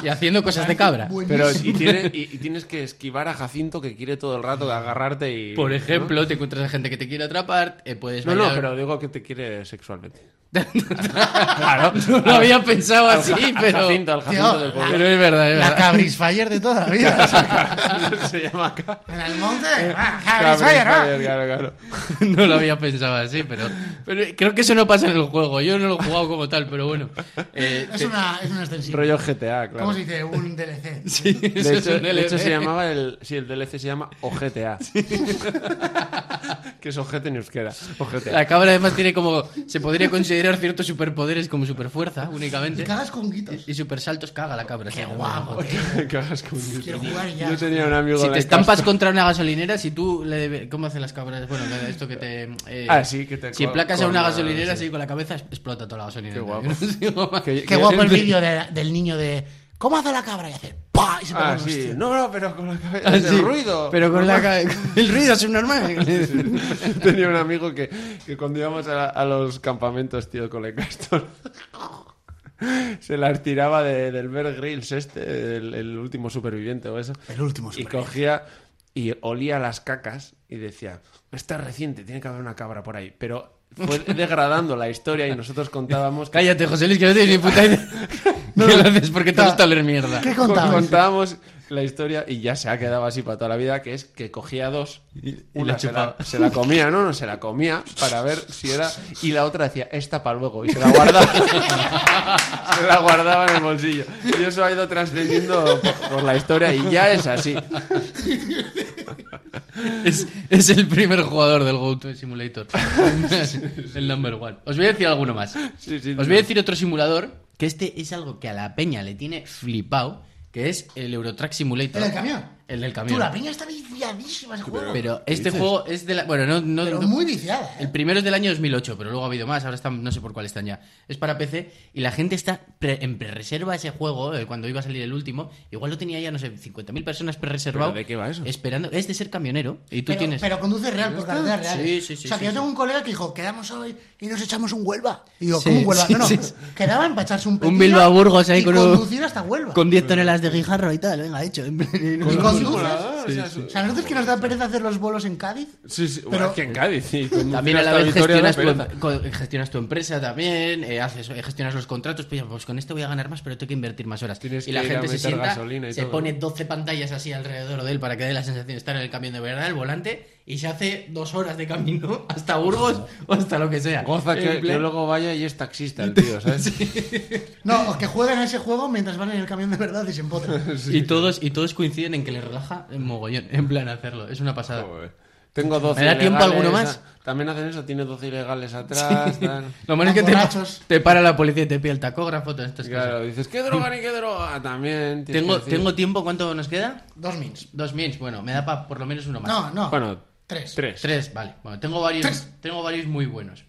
Speaker 6: Y haciendo cosas de cabra.
Speaker 5: Pero
Speaker 4: Buenísimo.
Speaker 5: y, tiene- y- y tienes que esquivar a Jacinto que quiere todo el rato de agarrarte y.
Speaker 6: Por ejemplo, te encuentras a gente que te quiere atrapar, eh, puedes
Speaker 5: No, no,
Speaker 6: bailar-
Speaker 5: pero digo que te quiere sexualmente.
Speaker 6: claro, no lo había pensado así,
Speaker 5: Al
Speaker 6: pero...
Speaker 5: Jacinto, al Jacinto
Speaker 4: Tío,
Speaker 5: del
Speaker 6: Pero es verdad, es
Speaker 4: La
Speaker 6: verdad.
Speaker 4: cabrisfire de toda la vida. o sea,
Speaker 5: pueblo. Se llama acá.
Speaker 4: en el monte. va,
Speaker 5: Cabra,
Speaker 4: cabrisfire, va.
Speaker 5: claro, claro.
Speaker 6: No lo había pensado así, pero, pero creo que eso no pasa en el juego. Yo no lo he jugado como tal, pero bueno. Eh,
Speaker 4: Es
Speaker 6: te-
Speaker 4: una, es una extensión.
Speaker 5: Rollo GTA, claro.
Speaker 4: ¿Cómo se dice? Un DLC.
Speaker 6: sí, eso
Speaker 5: De
Speaker 6: es
Speaker 5: hecho,
Speaker 6: un E.
Speaker 5: de hecho
Speaker 6: DLC.
Speaker 5: se llamaba el. Sí, el DLC se llama OGTA. que es OGT en euskera. OGTA.
Speaker 6: La cabra además tiene como... Se podría considerar ciertos superpoderes como superfuerza únicamente.
Speaker 4: Te cagas con guitos.
Speaker 6: Y supersaltos caga la cabra.
Speaker 4: Qué
Speaker 6: sí,
Speaker 4: guapo, tío.
Speaker 5: Cagas con Dios.
Speaker 4: Quiero jugar ya.
Speaker 5: Yo tenía un amigo.
Speaker 6: Si
Speaker 5: en
Speaker 6: te
Speaker 5: la
Speaker 6: estampas
Speaker 5: casta.
Speaker 6: contra una gasolinera, si tú le debe- ¿Cómo hacen las cabras? Bueno, que esto que te... eh,
Speaker 5: Ah, sí, que te
Speaker 6: Si
Speaker 5: co-
Speaker 6: emplacas a
Speaker 5: con
Speaker 6: una
Speaker 5: la-
Speaker 6: gasolinera,
Speaker 5: sí.
Speaker 6: así con la cabeza, es- explota toda la gasolinera.
Speaker 5: Qué guapo.
Speaker 6: Yo no digo más.
Speaker 5: Que-
Speaker 4: Qué
Speaker 5: que-
Speaker 4: guapo el vídeo de- del niño de. ¿Cómo hace la cabra? Y hace. ¡Pah! Y se pega
Speaker 5: Ah,
Speaker 4: un
Speaker 5: sí.
Speaker 4: hostia.
Speaker 5: No, no, pero con la cabeza.
Speaker 6: Ah,
Speaker 5: el
Speaker 6: sí,
Speaker 5: ruido.
Speaker 6: Pero con la ca- El ruido es normal.
Speaker 5: Tenía un amigo que, que cuando íbamos a, a los campamentos, tío, con el castor, se las tiraba de- del Bear Grylls este, el, el último superviviente o eso.
Speaker 4: El último
Speaker 5: Y
Speaker 4: superviviente.
Speaker 5: cogía y olía las cacas y decía, está reciente, tiene que haber una cabra por ahí. Pero fue degradando la historia y nosotros contábamos... que-
Speaker 6: Cállate, José Luis, que no tienes ni puta idea. no, lo haces porque te gusta oler mierda.
Speaker 4: ¿Qué
Speaker 5: co-
Speaker 4: contabas?
Speaker 5: contábamos la historia y ya se ha quedado así para toda la vida, que es que cogía dos,
Speaker 6: y
Speaker 5: una
Speaker 6: la
Speaker 5: se, la,
Speaker 6: chupaba.
Speaker 5: se la comía, no, no, se la comía para ver si era, y la otra decía, esta para luego, y se la guardaba, se la guardaba en el bolsillo. Y eso ha ido trascendiendo por, por la historia y ya es así.
Speaker 6: Es, es el primer jugador del GoTo Simulator. el number one. Os voy a decir alguno más.
Speaker 5: Sí, sí,
Speaker 6: Os
Speaker 5: sí.
Speaker 6: voy a decir otro simulador, que este es algo que a la peña le tiene flipado, que es el Eurotrack Simulator.
Speaker 4: ¿El del camión?
Speaker 6: El del
Speaker 4: Tú,
Speaker 6: camión.
Speaker 4: la peña está viciadísima ese juego. Pero,
Speaker 6: Pero este juego es de la... Bueno, no... no- no-
Speaker 4: muy viciada. ¿eh?
Speaker 6: el primero es del año 2008, pero luego ha habido más, ahora están, no sé por cuál están ya. Es para PC y la gente está pre- en pre-reserva ese juego, eh, cuando iba a salir el último, igual lo tenía ya, no sé, 50.000 personas pre-reservado.
Speaker 5: ¿Pero de qué va eso?
Speaker 6: Esperando, es de ser camionero y tú
Speaker 4: pero,
Speaker 6: tienes...
Speaker 4: pero conduce real, por carretera real.
Speaker 6: Sí, sí, sí,
Speaker 4: O sea, que
Speaker 6: sí,
Speaker 4: yo
Speaker 6: sí.
Speaker 4: tengo un colega que dijo, quedamos hoy y nos echamos un Huelva. Y digo,
Speaker 6: Sí,
Speaker 4: ¿cómo un Huelva?
Speaker 6: sí,
Speaker 4: no, no.
Speaker 6: sí, sí.
Speaker 4: Quedaban para echarse un
Speaker 6: Un
Speaker 4: petillo
Speaker 6: Bilbao Burgos ahí
Speaker 4: y
Speaker 6: con un-
Speaker 4: conducir hasta Huelva.
Speaker 6: Con 10 toneladas de guijarro y tal, venga, hecho.
Speaker 4: Y conduces. O sea, nosotros que nos da pereza hacer los bolos en Cádiz.
Speaker 5: Sí, sí,
Speaker 4: Pero-
Speaker 5: bueno, que en Cádiz, sí, con-
Speaker 6: También a la
Speaker 5: hasta
Speaker 6: vez
Speaker 5: Vitoria da
Speaker 6: gestionas tu,
Speaker 5: pereza.
Speaker 6: em- co- gestionas tu empresa también, eh, haces, eh, gestionas los contratos, pues, pues con esto voy a ganar más, pero tengo que invertir más horas.
Speaker 5: Tienes
Speaker 6: y la
Speaker 5: que ir a
Speaker 6: gente se
Speaker 5: meter
Speaker 6: sienta,
Speaker 5: gasolina y
Speaker 6: se
Speaker 5: todo,
Speaker 6: pone
Speaker 5: ¿no?
Speaker 6: 12 pantallas así alrededor de él para que dé la sensación de estar en el camión de verdad, el volante, y se hace dos horas de camino hasta Burgos o hasta lo que sea.
Speaker 5: Goza
Speaker 6: En
Speaker 5: que,
Speaker 6: plan-
Speaker 5: que luego vaya y es taxista el tío, ¿sabes?
Speaker 4: No, o que jueguen a ese juego mientras van en el camión de verdad y se empotran.
Speaker 6: y, todos, y todos coinciden en que le relaja el mogollón, en plan hacerlo. Es una pasada.
Speaker 5: Joder. Tengo 12
Speaker 6: ¿Me da tiempo
Speaker 5: ilegales,
Speaker 6: alguno más?
Speaker 5: ah, También hacen eso, tiene 12 ilegales atrás. tal.
Speaker 6: Lo malo es que
Speaker 4: Tan
Speaker 6: te,
Speaker 4: borrachos.
Speaker 6: te para la policía y te pide el tacógrafo, todas estas
Speaker 5: Claro,
Speaker 6: cosas.
Speaker 5: dices, ¿qué droga ni qué droga? También. tienes
Speaker 6: Tengo,
Speaker 5: que decir-
Speaker 6: tengo tiempo, ¿cuánto nos queda?
Speaker 4: Dos mins.
Speaker 6: Dos mins, bueno, me da para por lo menos uno más.
Speaker 4: No, no.
Speaker 5: Bueno,
Speaker 4: tres.
Speaker 5: tres.
Speaker 6: Tres, vale. Bueno, tengo varios,
Speaker 4: Tres.
Speaker 6: tengo varios muy buenos.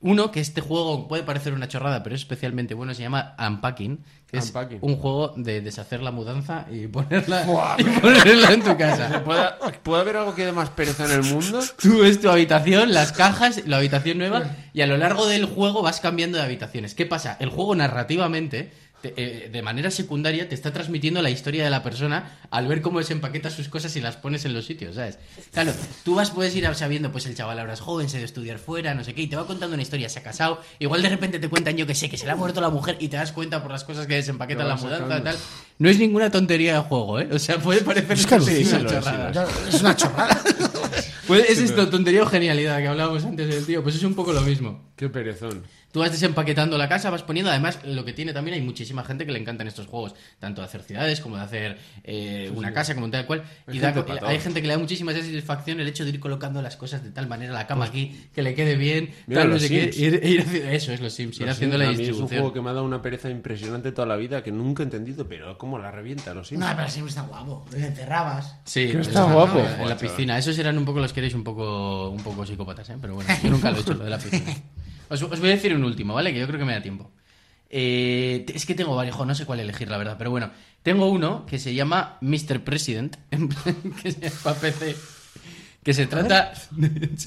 Speaker 6: Uno, que este juego puede parecer una chorrada, pero es especialmente bueno, se llama Unpacking, que
Speaker 5: Unpacking.
Speaker 6: es un juego de deshacer la mudanza y ponerla, y ponerla en tu casa.
Speaker 5: ¿Puede, puede haber algo que dé más pereza en el mundo?
Speaker 6: Tú ves tu habitación, las cajas, la habitación nueva, y a lo largo del juego vas cambiando de habitaciones. ¿Qué pasa? El juego narrativamente, te- eh, de manera secundaria, te está transmitiendo la historia de la persona al ver cómo desempaqueta sus cosas y las pones en los sitios, ¿sabes? Claro, tú vas, puedes ir sabiendo, pues el chaval ahora es joven, se de estudiar fuera, no sé qué, y te va contando una historia, se ha casado, igual de repente te cuentan, yo que sé, que se le ha muerto la mujer y te das cuenta por las cosas que desempaquetan
Speaker 5: Lo
Speaker 6: la
Speaker 5: vas
Speaker 6: mudanza y
Speaker 5: sacando.
Speaker 6: tal. No es ninguna tontería de juego, ¿eh? O sea, puede parecer
Speaker 4: Es que alucina,
Speaker 6: una
Speaker 4: lo es,
Speaker 6: chorrada.
Speaker 4: Ya, Es una chorrada.
Speaker 6: Pues es esto, tontería o genialidad que hablábamos antes del tío, pues es un poco lo mismo.
Speaker 5: Qué perezón.
Speaker 6: Tú vas desempaquetando la casa, vas poniendo, además lo que tiene también hay muchísima gente que le encantan estos juegos, tanto de hacer ciudades como de hacer eh, una casa, como tal cual.
Speaker 5: Hay
Speaker 6: y da-
Speaker 5: gente pa' todo.
Speaker 6: hay gente que le da muchísima satisfacción el hecho de ir colocando las cosas de tal manera, la cama aquí, que le quede bien,
Speaker 5: Pues Mira,
Speaker 6: tal, no
Speaker 5: los
Speaker 6: sé qué,
Speaker 5: Sims.
Speaker 6: ir- ir haciendo- eso es los Sims, ir
Speaker 5: Los
Speaker 6: haciendo
Speaker 5: Sims, a
Speaker 6: la
Speaker 5: mí Es un
Speaker 6: distribución.
Speaker 5: juego que me ha dado una pereza impresionante toda la vida que nunca he entendido, pero cómo la revienta los Sims.
Speaker 4: No, pero siempre está guapo. Le encerrabas.
Speaker 6: Sí, pero
Speaker 5: está
Speaker 6: en la-
Speaker 5: guapo.
Speaker 6: En la piscina. Esos eran un poco los que erais un poco, un poco psicópatas, ¿eh? Pero bueno, yo nunca lo he hecho, lo de la piscina. Os, os voy a decir un último, ¿vale? Que yo creo que me da tiempo. Eh, te- es que tengo varios, jo, no sé cuál elegir, la verdad. Pero bueno, tengo uno que se llama Mr. President, en plan, que es para PC. Que se trata.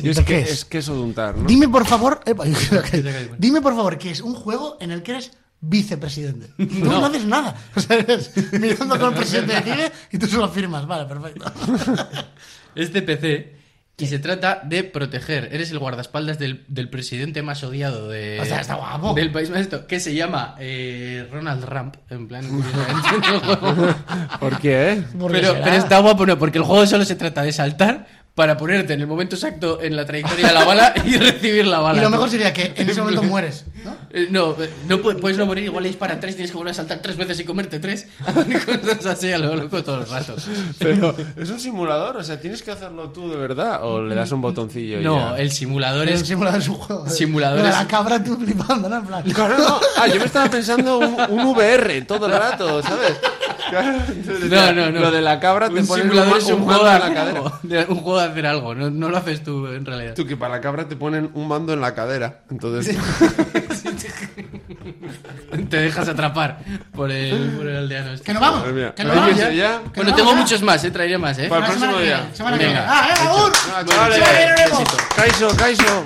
Speaker 5: Y es,
Speaker 4: ¿De
Speaker 5: que,
Speaker 4: qué es?
Speaker 5: es queso de untar, ¿no?
Speaker 4: Dime por favor, epa, yo creo que- dime por favor que es un juego en el que eres vicepresidente. Tú no, haces nada. O sea, eres mirando con el presidente de Chile y tú solo firmas. Vale, perfecto.
Speaker 6: Es de PC. Y se trata de proteger. Eres el guardaespaldas del, del presidente más odiado de,
Speaker 4: O sea, está guapo.
Speaker 6: del país más esto, que se llama eh, Ronald Ramp. En plan, curiosamente, en el juego.
Speaker 5: ¿Por qué, eh?
Speaker 4: Porque
Speaker 6: pero,
Speaker 4: será.
Speaker 6: pero está guapo, no, porque el juego solo se trata de saltar para ponerte en el momento exacto en la trayectoria de la bala y recibir la bala.
Speaker 4: Y lo
Speaker 6: ¿no?
Speaker 4: mejor sería que en ese momento mueres. ¿no?
Speaker 6: Eh, No, eh, no pu- puedes no morir, igual le disparan tres, tienes que volver a saltar tres veces y comerte tres. Cosas así a lo loco todo el rato.
Speaker 5: Pero es un simulador, o sea, tienes que hacerlo tú de verdad o le das un botoncillo y
Speaker 6: No,
Speaker 5: ya?
Speaker 6: el simulador
Speaker 4: Pero
Speaker 6: es
Speaker 4: el simulador es un juego.
Speaker 6: Simulador
Speaker 4: Pero
Speaker 6: es-
Speaker 4: La cabra tú flipando, ¿no? En plan.
Speaker 5: Claro, no. Ah, yo me estaba pensando un, un VR todo el rato, ¿sabes? Claro, entonces,
Speaker 6: No, no, no.
Speaker 5: Lo de la cabra te
Speaker 6: un
Speaker 5: pones
Speaker 6: simulador
Speaker 5: ma-
Speaker 6: es un
Speaker 5: mando
Speaker 6: juego de
Speaker 5: en la
Speaker 6: hacer
Speaker 5: cadera.
Speaker 6: algo. de- un juego de hacer algo. No, no lo haces tú en realidad.
Speaker 5: Tú que para la cabra te ponen un mando en la cadera. Entonces,
Speaker 6: Te dejas atrapar por el, por el aldeano. este.
Speaker 4: Que nos vamos.
Speaker 5: madre mía.
Speaker 4: Que nos
Speaker 5: Hay
Speaker 4: vamos.
Speaker 5: que ser
Speaker 4: ya.
Speaker 5: ya.
Speaker 6: Bueno,
Speaker 4: no,
Speaker 6: tengo
Speaker 4: ya.
Speaker 6: muchos más, eh. Traeré más, eh.
Speaker 5: Para el
Speaker 4: La semana
Speaker 5: próximo
Speaker 4: que
Speaker 5: día.
Speaker 4: viene, semana que
Speaker 6: Venga.
Speaker 4: viene. ¡Ah, eh, agur!
Speaker 5: Vale.
Speaker 4: Semana que viene veremos.
Speaker 5: Caiso, Caiso.